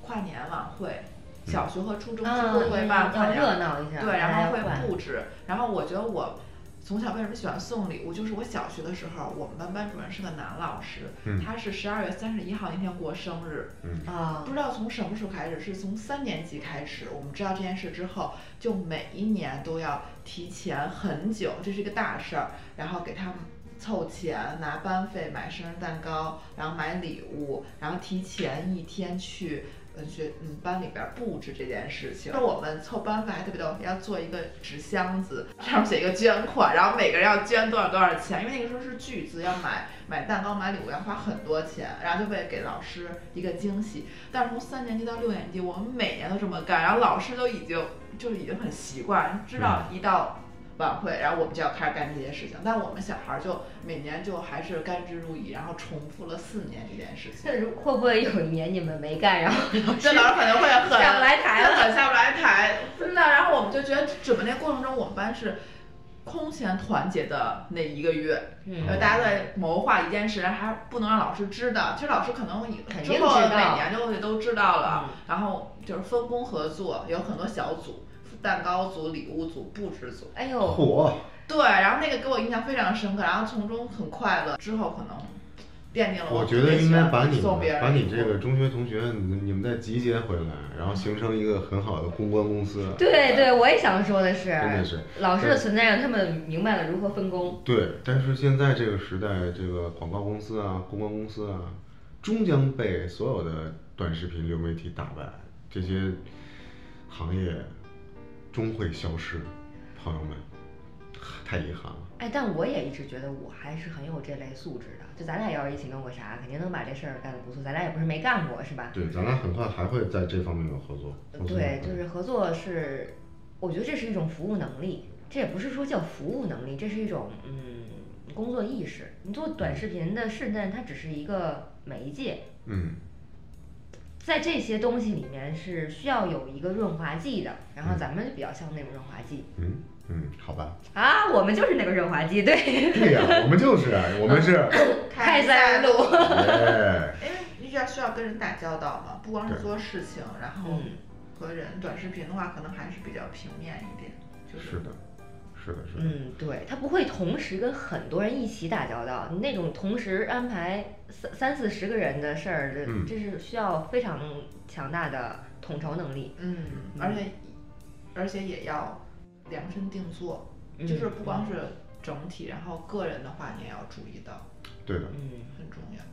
Speaker 1: 跨年晚会，小学和初中几乎会办跨
Speaker 5: 要
Speaker 1: 年晚
Speaker 5: 啊热闹一下。
Speaker 1: 对，
Speaker 5: 大
Speaker 1: 然
Speaker 5: 家
Speaker 1: 后会
Speaker 5: 换
Speaker 1: 布置。然后我觉得我从小为什么喜欢送礼物，就是我小学的时候，我们班班主任是个男老师，
Speaker 6: 嗯
Speaker 1: 他是十二月三十一号那天过生日，
Speaker 5: 啊
Speaker 1: 不，知道从什么时候开始，是从三年级开始，我们知道这件事之后，就每一年都要提前很久，这是一个大事儿，然后给他们凑钱，拿班费买生日蛋糕，然后买礼物，然后提前一天去。嗯，学嗯班里边布置这件事情，我们凑班费还特别逗，要做一个纸箱子，上面写一个捐款，然后每个人要捐多少多少钱，因为那个时候是巨资，要买买蛋糕、买礼物要花很多钱，然后就为了给老师一个惊喜，但是从三年级到六年级，我们每年都这么干，然后老师都已经就已经很习惯，知道一到晚会，然后我们就要开始干这些事情。但我们小孩儿就每年就还是甘之如饴，然后重复了四年这件事情。
Speaker 5: 那如会不会有一年你们没干，然后老师
Speaker 1: 这老师可能会很
Speaker 5: 下不来台了？
Speaker 1: 很下不来 台，不知道。然后我们就觉得准备那过程中，我们班是空前团结的那一个月，
Speaker 5: 嗯
Speaker 1: 呃，大家在谋划一件事，然后还不能让老师知道。其实老师可能以
Speaker 5: 肯定
Speaker 1: 之后
Speaker 5: 知道
Speaker 1: 每年就会都知道了，
Speaker 5: 嗯
Speaker 1: 然后就是分工合作，有很多小组，蛋糕组、礼物组、布置组。
Speaker 5: 哎呦，
Speaker 6: 火，
Speaker 1: 对，然后那个给我印象非常深刻，然后从中很快乐，之后可能奠定了
Speaker 6: 我
Speaker 1: 我
Speaker 6: 觉得应该把你
Speaker 1: 送别
Speaker 6: 们
Speaker 1: 人
Speaker 6: 把你
Speaker 1: 礼物
Speaker 6: 这个中学同学，你你们再集结回来，然后形成一个很好的公关公司。
Speaker 5: 对对，我也想说的是，
Speaker 6: 真的是
Speaker 5: 老师的存在让他们明白了如何分工。
Speaker 6: 对，但是现在这个时代，这个广告公司啊、公关公司啊，终将被所有的短视频流媒体打败。这些行业终会消失，朋友们，太遗憾了。
Speaker 5: 哎，但我也一直觉得我还是很有这类素质的。就咱俩要是一起弄个啥，肯定能把这事儿干得不错。咱俩也不是没干过，是吧？
Speaker 6: 对，咱俩很快还会在这方面有合作。合作
Speaker 5: 对，就是合作是，我觉得这是一种服务能力，这也不是说叫服务能力，这是一种嗯工作意识。你做短视频的试探，它只是一个媒介，
Speaker 6: 嗯，
Speaker 5: 在这些东西里面是需要有一个润滑剂的。然后咱们就比较像那种润滑剂
Speaker 6: 嗯嗯，好吧。
Speaker 5: 啊，我们就是那个润滑剂，对，
Speaker 6: 对呀、我们就是，啊我 们是，
Speaker 5: 开塞露。
Speaker 6: 哎，
Speaker 1: 因为你只要需要跟人打交道嘛，不光是
Speaker 6: 对
Speaker 1: 做事情，然后
Speaker 5: 嗯
Speaker 1: 和人短视频的话，可能还是比较平面一点，就是
Speaker 6: 的，是的，是的，
Speaker 5: 嗯，对，他不会同时跟很多人一起打交道，你那种同时安排三三四十个人的事儿，这、
Speaker 6: 嗯
Speaker 5: 这是需要非常强大的统筹能力。
Speaker 1: 嗯，而且而且也要量身定做，
Speaker 5: 嗯
Speaker 1: 就是不光是整体，然后个人的话你也要注意到，
Speaker 6: 对的。
Speaker 5: 嗯，
Speaker 1: 很重要。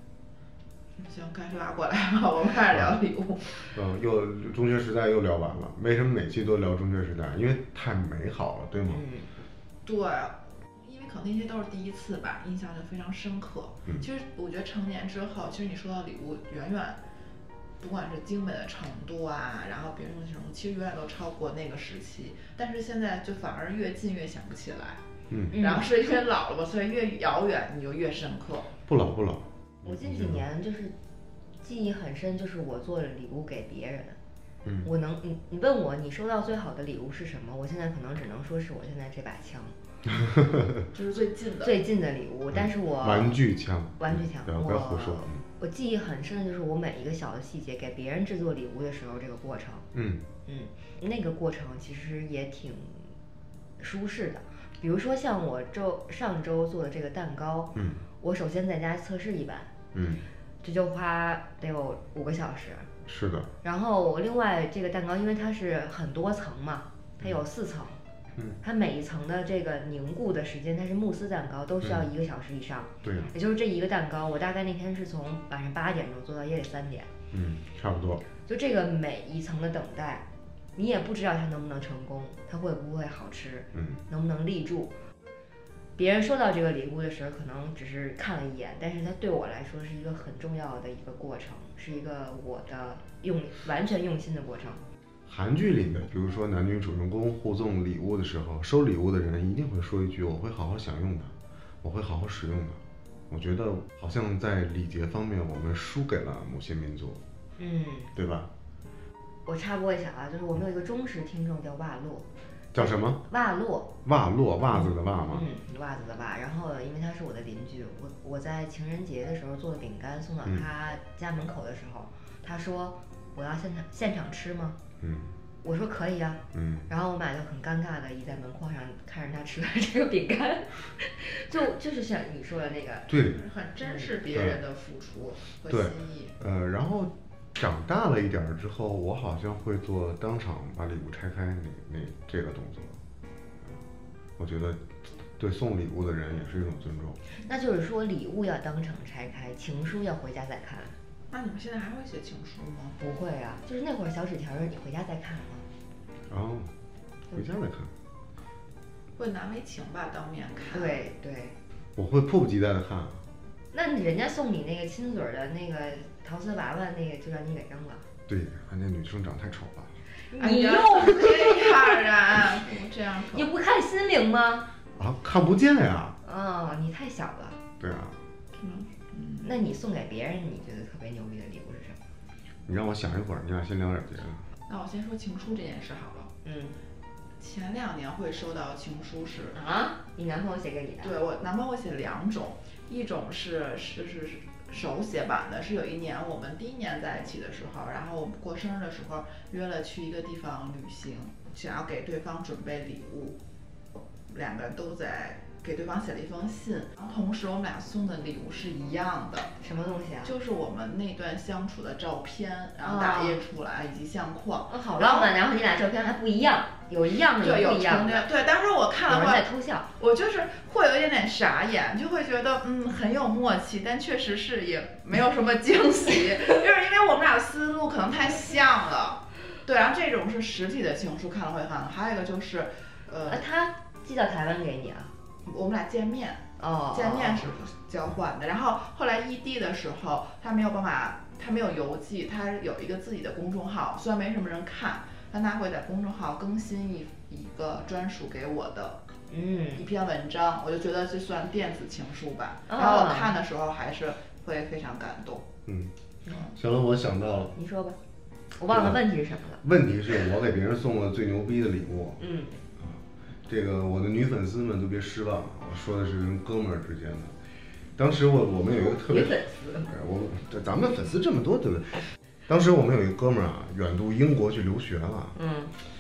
Speaker 1: 行，该拉过来吧，我们开始聊礼物。
Speaker 6: 嗯，又中学时代又聊完了，为什么每期都聊中学时代？因为太美好了，对吗？
Speaker 5: 嗯
Speaker 1: 对，因为可能那些都是第一次吧，印象就非常深刻。
Speaker 6: 嗯
Speaker 1: 其实我觉得成年之后，其实你收到礼物，远远不管是精美的程度啊，然后别人的这种，其实远远都超过那个时期。但是现在就反而越近越想不起来，
Speaker 6: 嗯，
Speaker 5: 嗯
Speaker 1: 然后是因为老了嘛，所以越遥远你就越深刻。
Speaker 6: 不老不老。
Speaker 5: 我近
Speaker 6: 嗯
Speaker 5: 几年就是记忆很深，就是我做礼物给别人。
Speaker 6: 嗯
Speaker 5: 我能，你你问我你收到最好的礼物是什么？我现在可能只能说是我现在这把枪，
Speaker 1: 就是最近的，
Speaker 5: 最近的礼物。
Speaker 6: 嗯
Speaker 5: 但是我
Speaker 6: 玩具枪，
Speaker 5: 玩具枪，
Speaker 6: 不要
Speaker 5: 我
Speaker 6: 不要胡说。
Speaker 5: 我记忆很深的就是我每一个小的细节，给别人制作礼物的时候这个过程，
Speaker 6: 嗯
Speaker 5: 嗯，那个过程其实也挺舒适的。比如说像我周上周做的这个蛋糕，
Speaker 6: 嗯
Speaker 5: 我首先在家测试一晚，
Speaker 6: 嗯，
Speaker 5: 这就花得有五个小时。
Speaker 6: 是的，
Speaker 5: 然后我另外这个蛋糕，因为它是很多层嘛，它有四层，
Speaker 6: 嗯，
Speaker 5: 它每一层的这个凝固的时间，它是慕斯蛋糕，都需要
Speaker 6: 嗯
Speaker 5: 一个小时以上。
Speaker 6: 对呀、
Speaker 5: 也就是这一个蛋糕，我大概那天是从晚上八点钟做到夜里三点，
Speaker 6: 嗯，差不多。
Speaker 5: 就这个每一层的等待，你也不知道它能不能成功，它会不会好吃，
Speaker 6: 嗯
Speaker 5: 能不能立住。别人收到这个礼物的时候，可能只是看了一眼，但是它对我来说是一个很重要的一个过程，是一个我的用完全用心的过程。
Speaker 6: 韩剧里面，比如说男女主人公互送礼物的时候，收礼物的人一定会说一句：“我会好好享用的，我会好好使用的。”我觉得好像在礼节方面，我们输给了某些民族，
Speaker 5: 嗯，
Speaker 6: 对吧？
Speaker 5: 我插播一下啊，就是我们有一个忠实听众叫瓦洛，
Speaker 6: 叫什么？
Speaker 5: 瓦洛，
Speaker 6: 袜落袜子的袜吗？
Speaker 5: 嗯，袜子的袜。然后因为他是我的邻居，我我在情人节的时候做的饼干送到
Speaker 6: 嗯
Speaker 5: 他家门口的时候，他说我要现场现场吃吗？
Speaker 6: 嗯
Speaker 5: 我说可以啊。
Speaker 6: 嗯
Speaker 5: 然后我们俩就很尴尬的倚在门框上看着他吃完这个饼干， 就就是像你说的那个，
Speaker 6: 对，
Speaker 1: 很珍视别人的付出和
Speaker 6: 对
Speaker 1: 心意。
Speaker 6: 呃，然后长大了一点儿之后，我好像会做当场把礼物拆开那那这个动作。我觉得对送礼物的人也是一种尊重。
Speaker 5: 那就是说礼物要当场拆开，情书要回家再看。
Speaker 1: 那你们现在还会写情书吗？
Speaker 5: 不会啊，就是那会儿小纸条儿，你回家再看啊。
Speaker 6: 然后回家再看，
Speaker 1: 会难为情吧，当面看。，
Speaker 5: 对对，
Speaker 6: 我会迫不及待的看。
Speaker 5: 那人家送你那个亲嘴儿的那个陶瓷娃娃，那个就让你给扔了。
Speaker 6: 对，啊那女生长太丑了。
Speaker 1: 哎
Speaker 5: 你又
Speaker 1: 这样啊，不这样可
Speaker 5: 你不看心灵吗？
Speaker 6: 啊，看不见呀、
Speaker 5: 哦，你太小了。
Speaker 6: 对啊，
Speaker 1: 嗯
Speaker 5: 那你送给别人，你觉得特别牛逼的礼物是什么？
Speaker 6: 你让我想一会儿，你俩先聊点别的。
Speaker 1: 那我先说情书这件事好了。
Speaker 5: 嗯
Speaker 1: 前两年会收到情书是，
Speaker 5: 啊，你男朋友写给你的？
Speaker 1: 对我男朋友写两种，一种是是是是手写版的，是有一年我们第一年在一起的时候，然后我们过生日的时候约了去一个地方旅行，想要给对方准备礼物，两个人都在给对方写了一封信，然后同时我们俩送的礼物是一样的，
Speaker 5: 什么东西啊？
Speaker 1: 就是我们那段相处的照片，然后
Speaker 5: 哦
Speaker 1: 打印出来以及相框。
Speaker 5: 哦，好浪漫。然后你俩照片还不一样，有一样的，
Speaker 1: 对，
Speaker 5: 有
Speaker 1: 有
Speaker 5: 不一样
Speaker 1: 成
Speaker 5: 的。
Speaker 1: 的，对。当时我看
Speaker 5: 有
Speaker 1: 了
Speaker 5: 人
Speaker 1: 会
Speaker 5: 在，偷笑。
Speaker 1: 我就是会有一点点傻眼，就会觉得嗯很有默契，但确 实是也没有什么惊喜，就是因为我们俩思路可能太像了。对，然后这种是实体的情书看了会看了，还有一个就是，呃
Speaker 5: 啊，，他寄到台湾给你啊？
Speaker 1: 我们俩见面，
Speaker 5: 哦，
Speaker 1: 见面是交换的。然后后来异地的时候，他没有办法，他没有邮寄，他有一个自己的公众号，虽然没什么人看，但他会在公众号更新一一个专属给我的一
Speaker 5: 嗯，
Speaker 1: 篇文章，我就觉得这算电子情书吧。
Speaker 5: 哦
Speaker 1: 然后我看的时候还是会非常感动。
Speaker 6: 嗯，行了，我想到了，
Speaker 5: 你说吧，我忘了问题是什么了。
Speaker 6: 问题是我给别人送了最牛逼的礼物，
Speaker 5: 嗯，
Speaker 6: 这个我的女粉丝们都别失望，我说的是跟哥们儿之间的。当时我我们有一个特别
Speaker 5: 女粉丝，
Speaker 6: 哎我这咱们粉丝这么多，对不对？当时我们有一个哥们儿啊，远渡英国去留学了。
Speaker 5: 嗯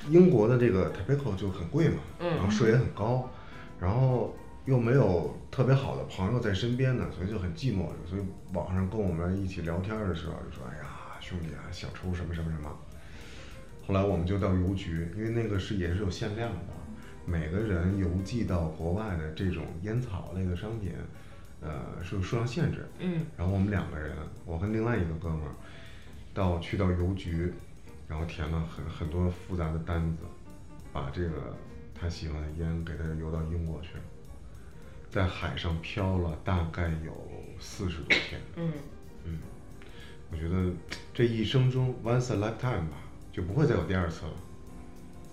Speaker 6: 英国的这个 tobacco 就很贵嘛，
Speaker 5: 嗯
Speaker 6: 然后税也很高，然后又没有特别好的朋友在身边呢，所以就很寂寞。所以网上跟我们一起聊天的时候就说：“哎呀，兄弟啊，想抽什么什么什么。”后来我们就到邮局，因为那个是也是有限量的，每个人邮寄到国外的这种烟草类的商品，呃，是有数量限制。
Speaker 5: 嗯，
Speaker 6: 然后我们两个人，我跟另外一个哥们儿，到去到邮局，然后填了很很多复杂的单子，把这个他喜欢的烟给他邮到英国去了，在海上漂了大概有四十多天。
Speaker 5: 嗯，
Speaker 6: 我觉得这一生中 once a lifetime 吧，就不会再有第二次了。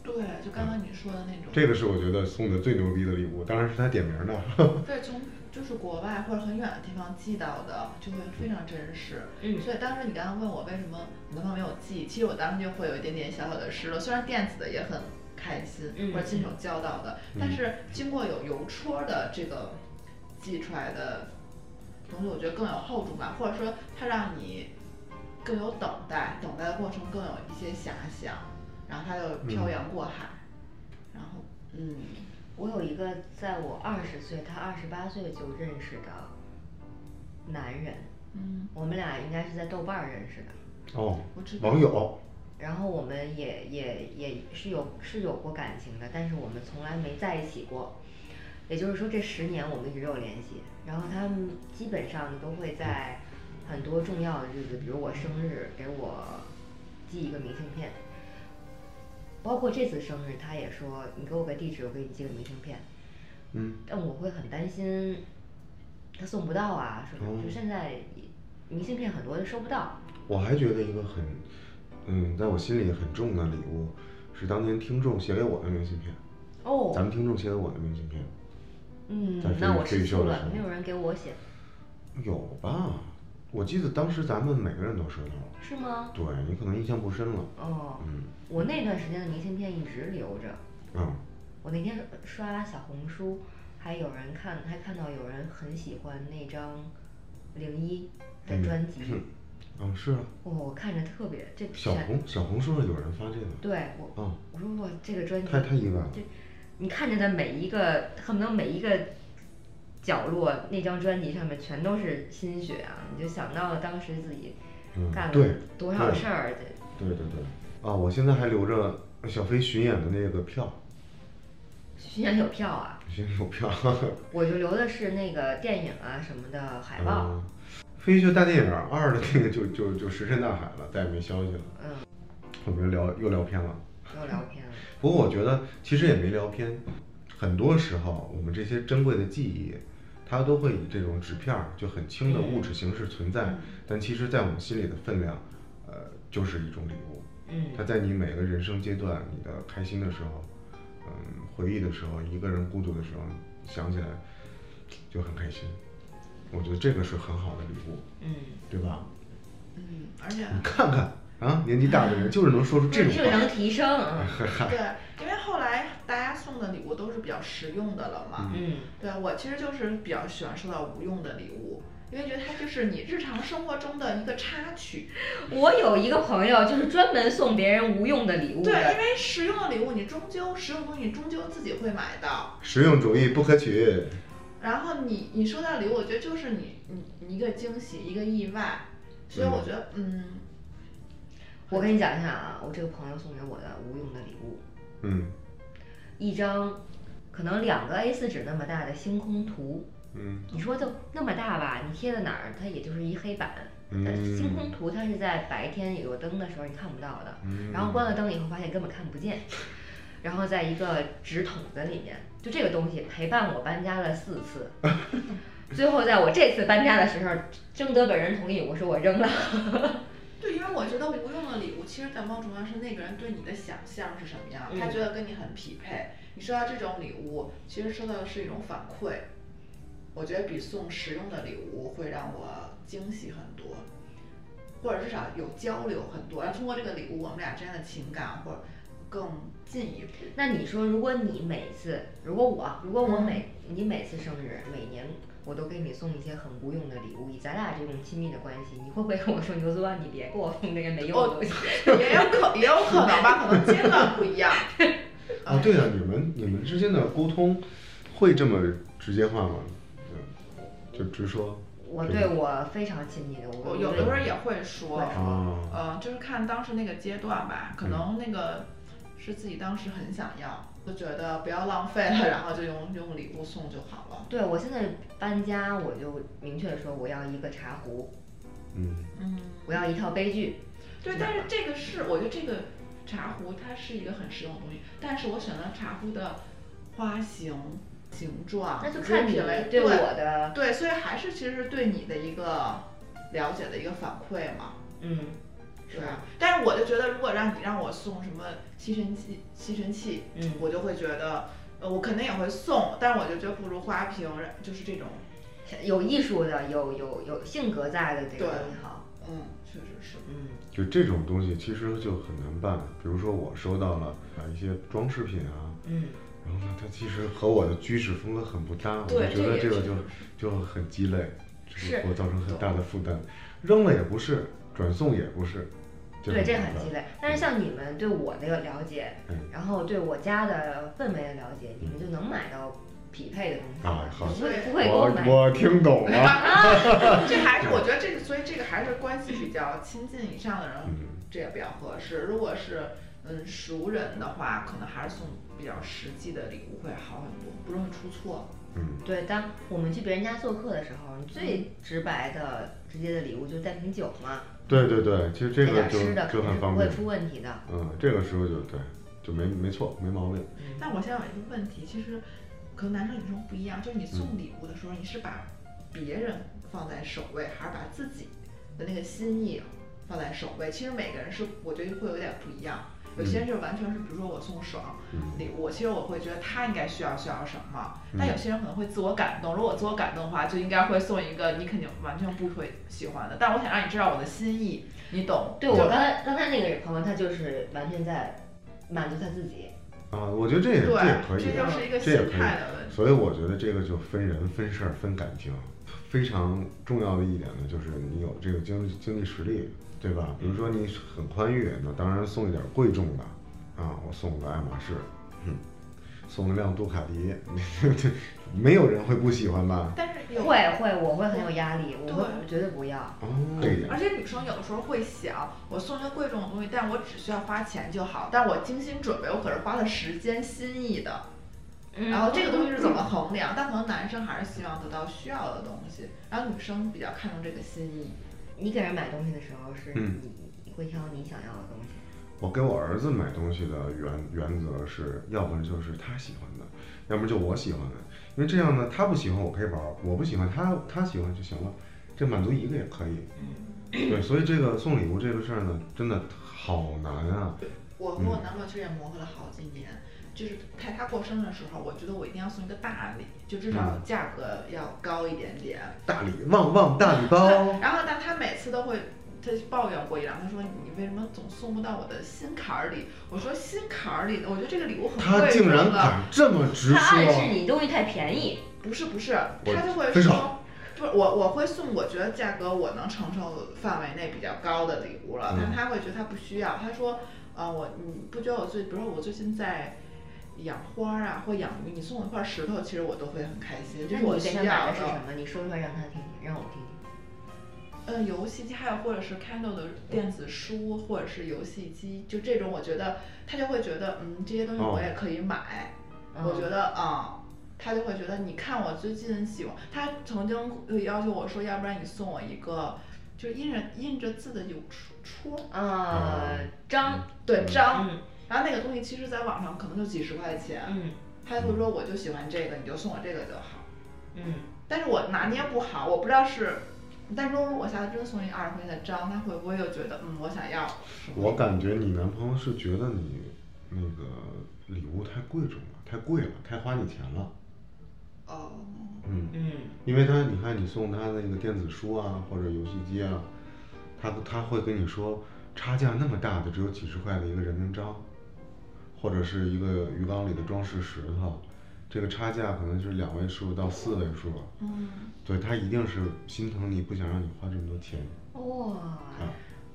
Speaker 1: 对，就刚刚你说的那种，
Speaker 6: 这个是我觉得送的最牛逼的礼物，当然是他点名的。
Speaker 1: 对，从就是国外或者很远的地方寄到的，就会非常真实。
Speaker 5: 嗯
Speaker 1: 所以当时你刚刚问我为什么我男朋友没有寄，其实我当时就会有一点点小小的失落。虽然电子的也很开心，
Speaker 5: 嗯
Speaker 1: 或者亲手交到的，但是经过有邮戳的这个寄出来的东西，我觉得更有厚重感，或者说它让你更有等待，等待的过程更有一些遐想，然后它就漂洋过海，然后嗯，
Speaker 5: 我有一个在我二十岁，他二十八岁就认识的男人，
Speaker 1: 嗯，
Speaker 5: 我们俩应该是在豆瓣儿认识的。
Speaker 6: 哦
Speaker 1: 我知，道
Speaker 6: 网友，
Speaker 5: 然后我们也也也是有是有过感情的，但是我们从来没在一起过。也就是说，这十年我们一直有联系，然后他们基本上都会在很多重要的日子，比如我生日，给我寄一个明信片。包括这次生日，他也说你给我个地址，我给你寄个明信片。
Speaker 6: 嗯，
Speaker 5: 但我会很担心他送不到啊什么的，
Speaker 6: 哦
Speaker 5: 就现在明信片很多都收不到。
Speaker 6: 我还觉得一个很，嗯，在我心里很重的礼物，是当年听众写给我的明信片，
Speaker 5: 哦，
Speaker 6: 咱们听众写给我的明信片，
Speaker 5: 嗯
Speaker 6: 在，
Speaker 5: 那
Speaker 6: 这
Speaker 5: 我
Speaker 6: 这
Speaker 5: 吃
Speaker 6: 一
Speaker 5: 醋
Speaker 6: 周的时
Speaker 5: 了
Speaker 6: 候，
Speaker 5: 没有人给我写，
Speaker 6: 有吧？我记得当时咱们每个人都收到了，
Speaker 5: 是吗？
Speaker 6: 对你可能印象不深了，
Speaker 5: 哦，
Speaker 6: 嗯，
Speaker 5: 我那段时间的明信片一直留着。
Speaker 6: 啊，
Speaker 5: 我那天刷小红书，还有人看，还看到有人很喜欢那张零一的专辑，
Speaker 6: 啊嗯是啊，
Speaker 5: 哇、我看着特别这
Speaker 6: 小
Speaker 5: 全
Speaker 6: 红小红书上有人发这个，
Speaker 5: 对我，
Speaker 6: 啊，
Speaker 5: 我说哇，这个专辑
Speaker 6: 太太意外了，
Speaker 5: 你看着的每一个，恨不得每一个角落，那张专辑上面全都是心血啊！你就想到了当时自己
Speaker 6: 嗯
Speaker 5: 干了
Speaker 6: 对
Speaker 5: 多少
Speaker 6: 对
Speaker 5: 事儿，这
Speaker 6: 对对对，啊，我现在还留着小飞巡演的那个票，
Speaker 5: 巡演有票啊！
Speaker 6: 巡演有票。
Speaker 5: 我就留的是那个电影啊什么的海报。
Speaker 6: 嗯飞雪大电影二的那个就就就石沉大海了，再也没消息了。
Speaker 5: 嗯，
Speaker 6: 我们又聊又聊偏了。
Speaker 5: 又聊偏了。
Speaker 6: 不过我觉得其实也没聊偏，很多时候我们这些珍贵的记忆，它都会以这种纸片儿就很轻的物质形式存在，但其实在我们心里的分量，呃，就是一种礼物。
Speaker 5: 嗯
Speaker 6: 它在你每个人生阶段，你的开心的时候，嗯，回忆的时候，一个人孤独的时候，想起来就很开心。我觉得这个是很好的礼物，
Speaker 5: 嗯，
Speaker 6: 对吧？
Speaker 1: 嗯，而且
Speaker 6: 你看看啊，年纪大的人就是能说出这
Speaker 5: 这
Speaker 6: 种
Speaker 5: 这
Speaker 6: 话。
Speaker 5: 能提升啊！
Speaker 1: 对，因为后来大家送的礼物都是比较实用的了
Speaker 6: 哎
Speaker 1: 嘛。
Speaker 5: 嗯，
Speaker 1: 对啊我其实就是比较喜欢收到无用的礼物，因为觉得它就是你日常生活中的一个插曲。
Speaker 5: 我有一个朋友就是专门送别人无用的礼物
Speaker 1: 对，因
Speaker 5: 的，
Speaker 1: 为实用的礼物你终究实用的东西你终究自己会买到。
Speaker 6: 实用主义不可取。
Speaker 1: 然后你你收到礼物，我觉得就是你你你一个惊喜，一个意外。所以我觉得，嗯，
Speaker 5: 我跟你讲一下啊，我这个朋友送给我的无用的礼物，
Speaker 6: 嗯
Speaker 5: 一张可能两个 A 4纸那么大的星空图，
Speaker 6: 嗯
Speaker 5: 你说就那么大吧，你贴在哪儿，它也就是一黑板。
Speaker 6: 嗯
Speaker 5: 但星空图它是在白天有灯的时候你看不到的，
Speaker 6: 嗯
Speaker 5: 然后关了灯以后发现根本看不见。然后在一个纸筒子里面，就这个东西陪伴我搬家了四 次，最后在我这次搬家的时候，征得本人同意，我说我扔了。
Speaker 1: 对，因为我觉得无用的礼物，其实更更重要是那个人对你的想象是什么样，他
Speaker 5: 嗯
Speaker 1: 觉得跟你很匹配。你收到这种礼物，其实收到的是一种反馈，我觉得比送实用的礼物会让我惊喜很多，或者至少有交流很多，然后通过这个礼物，我们俩之间的情感啊或者更进一步。
Speaker 5: 那你说，如果你每次，如果我，如果我
Speaker 1: 嗯
Speaker 5: 每、你每次生日，每年我都给你送一些很无用的礼物，以咱俩这种亲密的关系，你会不会跟我说 牛子万，你别给我送这些没用的东西？
Speaker 1: 也有可也有可能吧，可能阶段不一样。
Speaker 5: 呃
Speaker 6: 啊，对了，你们你们之间的沟通会这么直接化吗？嗯，就直说
Speaker 5: 我对我非常亲密的，我
Speaker 1: 我哦有的时候也会说，
Speaker 5: 会
Speaker 6: 啊，
Speaker 1: 呃，就是看当时那个阶段吧，可能那个是自己当时很想要，就觉得不要浪费了，然后就用用礼物送就好了。
Speaker 5: 对我现在搬家，我就明确地说我要一个茶壶，
Speaker 6: 嗯
Speaker 1: 嗯，
Speaker 5: 我要一套杯具。
Speaker 1: 对，但是这个是我觉得这个茶壶它是一个很实用的东西，但是我选择茶壶的花型、形状，
Speaker 5: 哦那就
Speaker 1: 以及
Speaker 5: 看你
Speaker 1: 品味
Speaker 5: 对我
Speaker 1: 对
Speaker 5: 的，
Speaker 1: 对，所以还是其实是对你的一个了解的一个反馈嘛。
Speaker 5: 嗯，
Speaker 1: 对
Speaker 5: 是吧？
Speaker 1: 啊，但是我就觉得，如果让你让我送什么吸尘器、吸尘器，
Speaker 5: 嗯
Speaker 1: 我就会觉得，呃，我肯定也会送，但是我就觉得不如花瓶，就是这种，
Speaker 5: 有艺术的，有有有性格在的这个
Speaker 1: 对
Speaker 5: 东西好。
Speaker 1: 嗯，确实是，
Speaker 5: 嗯，
Speaker 6: 就这种东西其实就很难办。比如说我收到了啊一些装饰品啊，
Speaker 5: 嗯，
Speaker 6: 然后呢，它其实和我的居室风格很不搭，我就
Speaker 1: 对
Speaker 6: 觉得
Speaker 1: 这
Speaker 6: 这个
Speaker 1: 也是
Speaker 6: 就就很鸡肋，就是给我造成很大的负担。扔了也不是，转送也不是，就
Speaker 5: 对，这
Speaker 6: 麻
Speaker 5: 很
Speaker 6: 烦
Speaker 5: 鸡肋。但是像你们对我的了解
Speaker 6: 嗯，
Speaker 5: 然后对我家的氛围的了解，你们就能买到匹配的东西
Speaker 6: 啊
Speaker 5: 了，
Speaker 6: 好
Speaker 5: 你不会
Speaker 1: 对
Speaker 5: 不会给我买
Speaker 6: 我听懂了，
Speaker 1: 这还是我觉得这个，所以这个还是关系比较亲近以上的人，
Speaker 6: 嗯
Speaker 1: 这也比较合适。如果是嗯熟人的话，可能还是送比较实际的礼物会好很多，不容易出错。
Speaker 6: 嗯，
Speaker 5: 对，当我们去别人家做客的时候，你最直白的、直接的礼物就是带瓶酒嘛，
Speaker 6: 对对对，其实这
Speaker 5: 带
Speaker 6: 个
Speaker 5: 点
Speaker 6: 就
Speaker 5: 吃的，
Speaker 6: 就
Speaker 5: 肯定
Speaker 6: 很
Speaker 5: 是不
Speaker 6: 方
Speaker 5: 会
Speaker 6: 便，
Speaker 5: 出问题的。
Speaker 6: 嗯，这个时候就对，就没没错，没毛病，
Speaker 1: 但我现在有一个问题，其实可能男生女生不一样，就是你
Speaker 6: 嗯
Speaker 1: 送礼物的时候，你是把别人放在首位，还是把自己的那个心意放在首位？其实每个人是我觉得会有点不一样。有些人就完全是，比如说我送爽
Speaker 6: 嗯
Speaker 1: 礼物，其实我会觉得他应该需要需要什么，但有些人可能会自我感动。如果我自我感动的话，就应该会送一个你肯定完全不会喜欢的，但我想让你知道我的心意，你懂？
Speaker 5: 对
Speaker 1: 就
Speaker 5: 我刚才刚才那个朋友，他就是完全在满足他自己。
Speaker 6: 啊，我觉得这也这也可
Speaker 1: 对，
Speaker 6: 以啊
Speaker 1: 这，就是一个
Speaker 6: 这也
Speaker 1: 心
Speaker 6: 可以
Speaker 1: 态的问题。
Speaker 6: 所以我觉得这个就分人、分事儿、分感情。非常重要的一点呢，就是你有这个经济经济实力，对吧？比如说你很宽裕，那当然送一点贵重的啊，我送个爱马仕，哼，送一辆杜卡迪， 没有人会不喜欢吧？
Speaker 1: 但是有
Speaker 5: 会会，我会很有压力，我会
Speaker 1: 对
Speaker 5: 我绝对不要。
Speaker 6: 哦，这一点
Speaker 1: 而且女生有的时候会想，我送一个贵重的东西，但我只需要花钱就好，但我精心准备，我可是花了时间、心意的。
Speaker 5: 嗯
Speaker 1: 然后这个东西是怎么衡量？但可能男生还是希望得到需要的东西，然后女生比较看重这个心意。
Speaker 5: 你给人买东西的时候，是你、
Speaker 6: 嗯
Speaker 5: 你会挑你想要的东西。
Speaker 6: 我给我儿子买东西的原原则是，要不然就是他喜欢的，要么就我喜欢的。因为这样呢，他不喜欢我可以玩儿，我不喜欢他他喜欢就行了，这满足一个也可以。对，所以这个送礼物这个事儿呢，真的好难啊。
Speaker 1: 我和我男朋友其实也磨合了好几年，就是在他过生日的时候，我觉得我一定要送一个大礼，就至少
Speaker 6: 嗯
Speaker 1: 价格要高一点点。
Speaker 6: 大礼旺旺大礼 包，
Speaker 1: 然后，但他每次都会，他就抱怨过一两，他说你为什么总送不到我的心坎儿里？我说心坎儿里，我觉得这个礼物很
Speaker 6: 他
Speaker 1: 贵
Speaker 6: 竟
Speaker 1: 重
Speaker 6: 然
Speaker 1: 的，
Speaker 6: 敢这么直
Speaker 5: 他暗示
Speaker 6: 说，
Speaker 5: 你东西太便宜，
Speaker 1: 不是不是，
Speaker 6: 我
Speaker 1: 他就会
Speaker 6: 分手
Speaker 1: 说。不是我，我会送我觉得价格我能承受范围内比较高的礼物了，
Speaker 6: 嗯
Speaker 1: 但他会觉得他不需要。他说，呃，我你不觉得我最，比如说我最近在养花啊或养鱼，你送我一块石头，其实我都会很开心，这
Speaker 5: 那
Speaker 1: 是我
Speaker 5: 你
Speaker 1: 需
Speaker 5: 给
Speaker 1: 要
Speaker 5: 他买的是
Speaker 1: 的
Speaker 5: 什。么？你说出来让他听听，让我听听。
Speaker 1: 呃，游戏机还有或者是 Kindle 的电子书，或者是游戏机，就这种，我觉得他就会觉得，嗯，这些东西
Speaker 6: 哦
Speaker 1: 我也可以买。我觉
Speaker 5: 嗯
Speaker 1: 得啊、他就会觉得你看我最近喜欢，他曾经呃要求我说，要不然你送我一个。就是印着印着字的有戳戳，
Speaker 5: 啊，张，
Speaker 1: 对章，
Speaker 5: 嗯
Speaker 1: 然后那个东西其实在网上可能就几十块钱，
Speaker 5: 嗯
Speaker 1: 他就说我就喜欢这个，你就送我这个就好。
Speaker 5: 嗯，
Speaker 1: 但是我拿捏不好，我不知道是，但如果我下次真送一二十块钱的章，他会不会又觉得嗯我想要？
Speaker 6: 我感觉你男朋友是觉得你那个礼物太贵重了，太贵了，太花你钱了。
Speaker 1: 哦，
Speaker 6: 嗯，
Speaker 5: 嗯
Speaker 6: 因为他你看你送他那个电子书啊或者游戏机啊，他他会跟你说差价那么大的只有几十块的一个人文章，或者是一个鱼缸里的装饰石头，这个差价可能是两位数到四位数，
Speaker 1: 嗯，
Speaker 6: 对他一定是心疼你，不想让你花这么多钱
Speaker 5: 哇，
Speaker 6: 啊，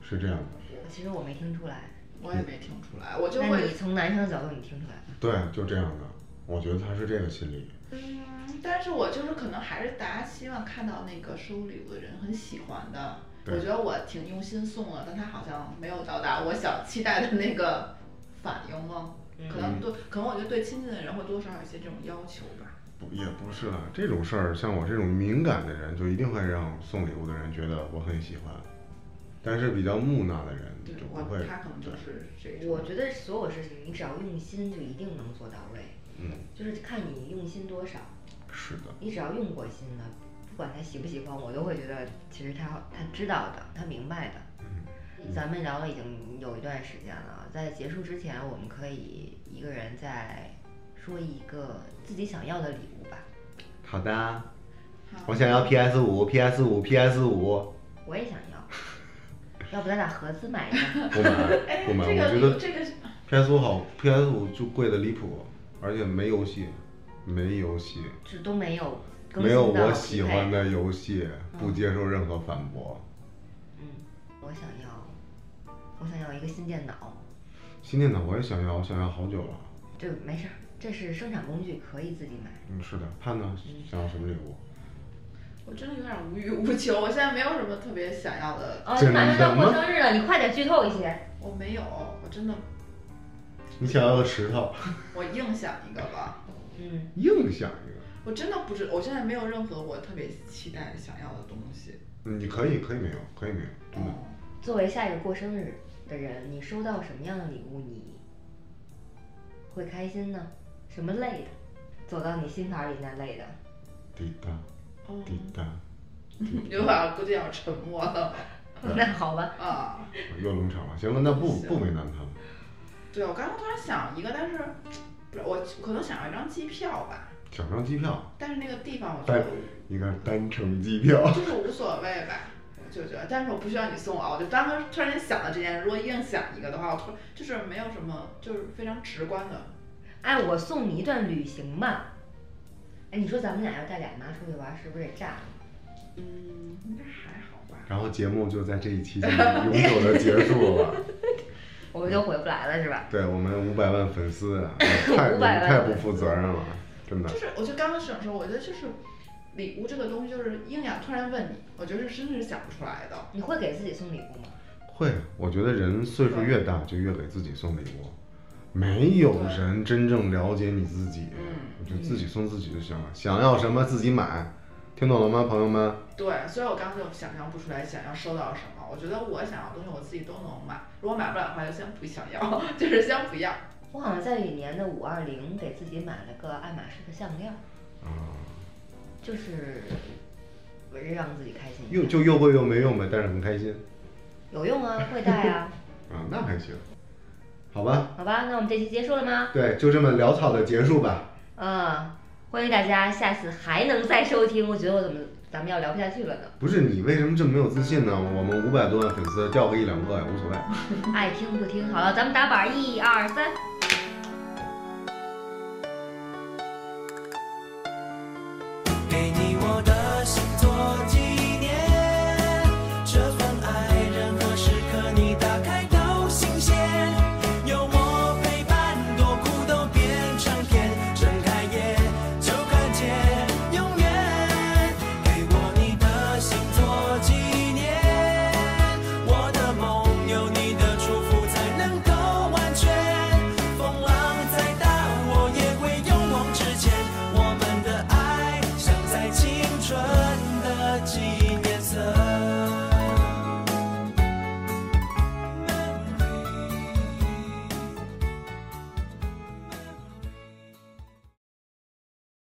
Speaker 6: 是这样的，
Speaker 5: 其实我没听出来，
Speaker 1: 我也没听出来，我就
Speaker 5: 那你
Speaker 1: 会，
Speaker 5: 从男生的角度你听出来了，
Speaker 6: 对，就这样的，我觉得他是这个心理，
Speaker 1: 嗯，但是我就是可能还是大家希望看到那个收礼物的人很喜欢的。
Speaker 6: 对
Speaker 1: 我觉得我挺用心送了，但他好像没有到达我想期待的那个反应吗？
Speaker 6: 嗯
Speaker 5: 嗯
Speaker 1: 可能对，可能我觉得对亲近的人会多少有一些这种要求吧。
Speaker 6: 不也不是啦，这种事儿像我这种敏感的人，就一定会让送礼物的人觉得我很喜欢，但是比较木讷的人
Speaker 1: 对
Speaker 6: 就
Speaker 1: 我
Speaker 6: 嗯不会，
Speaker 1: 他可能就是这种。
Speaker 5: 我觉得所有事情你只要用心就一定能做到位，
Speaker 6: 嗯，
Speaker 5: 就是看你用心多少，
Speaker 6: 是的，
Speaker 5: 你只要用过心了，不管他喜不喜欢，我都会觉得其实他他知道的，他明白的。
Speaker 6: 嗯
Speaker 5: 咱们聊了已经有一段时间了，在结束之前，我们可以一个人再说一个自己想要的礼物吧。
Speaker 6: 好的，
Speaker 1: 好
Speaker 6: 我想要 PS 五，PS 五，PS 五，
Speaker 5: 我也想要，要不咱俩合资买一个？
Speaker 6: 不买不买，
Speaker 1: 哎这个
Speaker 6: 我觉得
Speaker 1: 这个
Speaker 6: PS 五好，PS 五就贵的离谱，而且没游戏，没游戏，
Speaker 5: 这都没有更
Speaker 6: 没有
Speaker 5: 新到
Speaker 6: 我喜欢
Speaker 5: 匹配。
Speaker 6: 的游戏，
Speaker 1: 嗯
Speaker 6: 不接受任何反驳。
Speaker 5: 嗯，我想要，我想要一个新电脑。
Speaker 6: 新电脑我也想要，我想要好久了。
Speaker 5: 这没事儿，这是生产工具，可以自己买。
Speaker 6: 嗯，是的，盼呢想要什么礼物？
Speaker 1: 我真的有点无欲无求，我现在没有什么特别想要的，
Speaker 5: 哦，你
Speaker 6: 真
Speaker 5: 马上就要
Speaker 6: 的
Speaker 5: 过
Speaker 6: 吗
Speaker 5: 生日了，你快点剧透一些。
Speaker 1: 我没有，我真的
Speaker 6: 你想要个石头，
Speaker 1: 我硬想一个吧，
Speaker 5: 嗯。
Speaker 6: 硬想一个。
Speaker 1: 我真的不知，我现在没有任何我特别期待想要的东西。
Speaker 6: 嗯你可以，可以没有，可以没有，真的。
Speaker 5: 作为下一个过生日的人，你收到什么样的礼物你会开心呢？什么类的？走到你心坎儿里那类的？
Speaker 6: 滴答
Speaker 1: 哦，
Speaker 6: 滴答，
Speaker 1: 刘老估计要沉默了
Speaker 5: 那好吧，
Speaker 1: 啊！
Speaker 6: 又冷场了。行了，那不
Speaker 1: 行
Speaker 6: 不为难他了。
Speaker 1: 对，我刚刚突然想一个，但是不是我可能想要一张机票吧，
Speaker 6: 想张机票，
Speaker 1: 但是那个地方我觉
Speaker 6: 单
Speaker 1: 得
Speaker 6: 应该是单程机票。
Speaker 1: 就是无所谓吧，我就觉得，但是我不需要你送我啊，我就当时突然间想了这件事，如果硬想一个的话，我突就是没有什么，就是非常直观的。
Speaker 5: 哎，我送你一段旅行吧。哎，你说咱们俩要带俩妈出去玩，是不是得炸了？
Speaker 1: 嗯，应该还好吧。
Speaker 6: 然后节目就在这一 期就永久的结束了吧。
Speaker 5: 我们就回不来了，是吧？
Speaker 6: 对我们五百万粉丝 啊，太
Speaker 5: 500万
Speaker 6: 太不负责任了，真的
Speaker 1: 就。是我就刚开始的时候，我觉得就是礼物这个东西，就是硬要突然问你，我觉得是真的是想不出来的。
Speaker 5: 你会给自己送礼物吗？
Speaker 6: 会，我觉得人岁数越大就越给自己送礼物，没有人真正了解你自己，
Speaker 1: 嗯
Speaker 6: 你就自己送自己就行了，想要什么自己买，听懂了吗，朋友们？
Speaker 1: 对，所以我刚刚就想象不出来想要收到什么。我觉得我想要的东西我自己都能买，如果买不了的话，就先不想要， 就是先不要。
Speaker 5: 我好像在有一年的五二零给自己买了个爱马仕的项链儿，
Speaker 6: 啊，
Speaker 5: 就是为了让自己开心一
Speaker 6: 又
Speaker 5: 下。
Speaker 6: 就又贵又没用呗，但是很开心
Speaker 5: 有用 啊，会带啊。
Speaker 6: 啊，那还行，好吧，
Speaker 5: 好吧，那我们这期结束了吗？
Speaker 6: 对，就这么潦草的结束吧，
Speaker 5: 嗯，欢迎大家下次还能再收听。我觉得我怎么咱们要聊不下去了呢？
Speaker 6: 不是你为什么这么没有自信呢？我们五百多万粉丝掉个一两个也无所谓。
Speaker 5: 爱听不听，好了，咱们打板儿，一二三。
Speaker 7: 给你我的心做纪念。这份爱，任何时刻你打开都新鲜。有我陪伴，多苦都变成甜。睁开眼就看见永远。给我你的心做纪念，我的梦有你的祝福才能够完全。纯的纪念。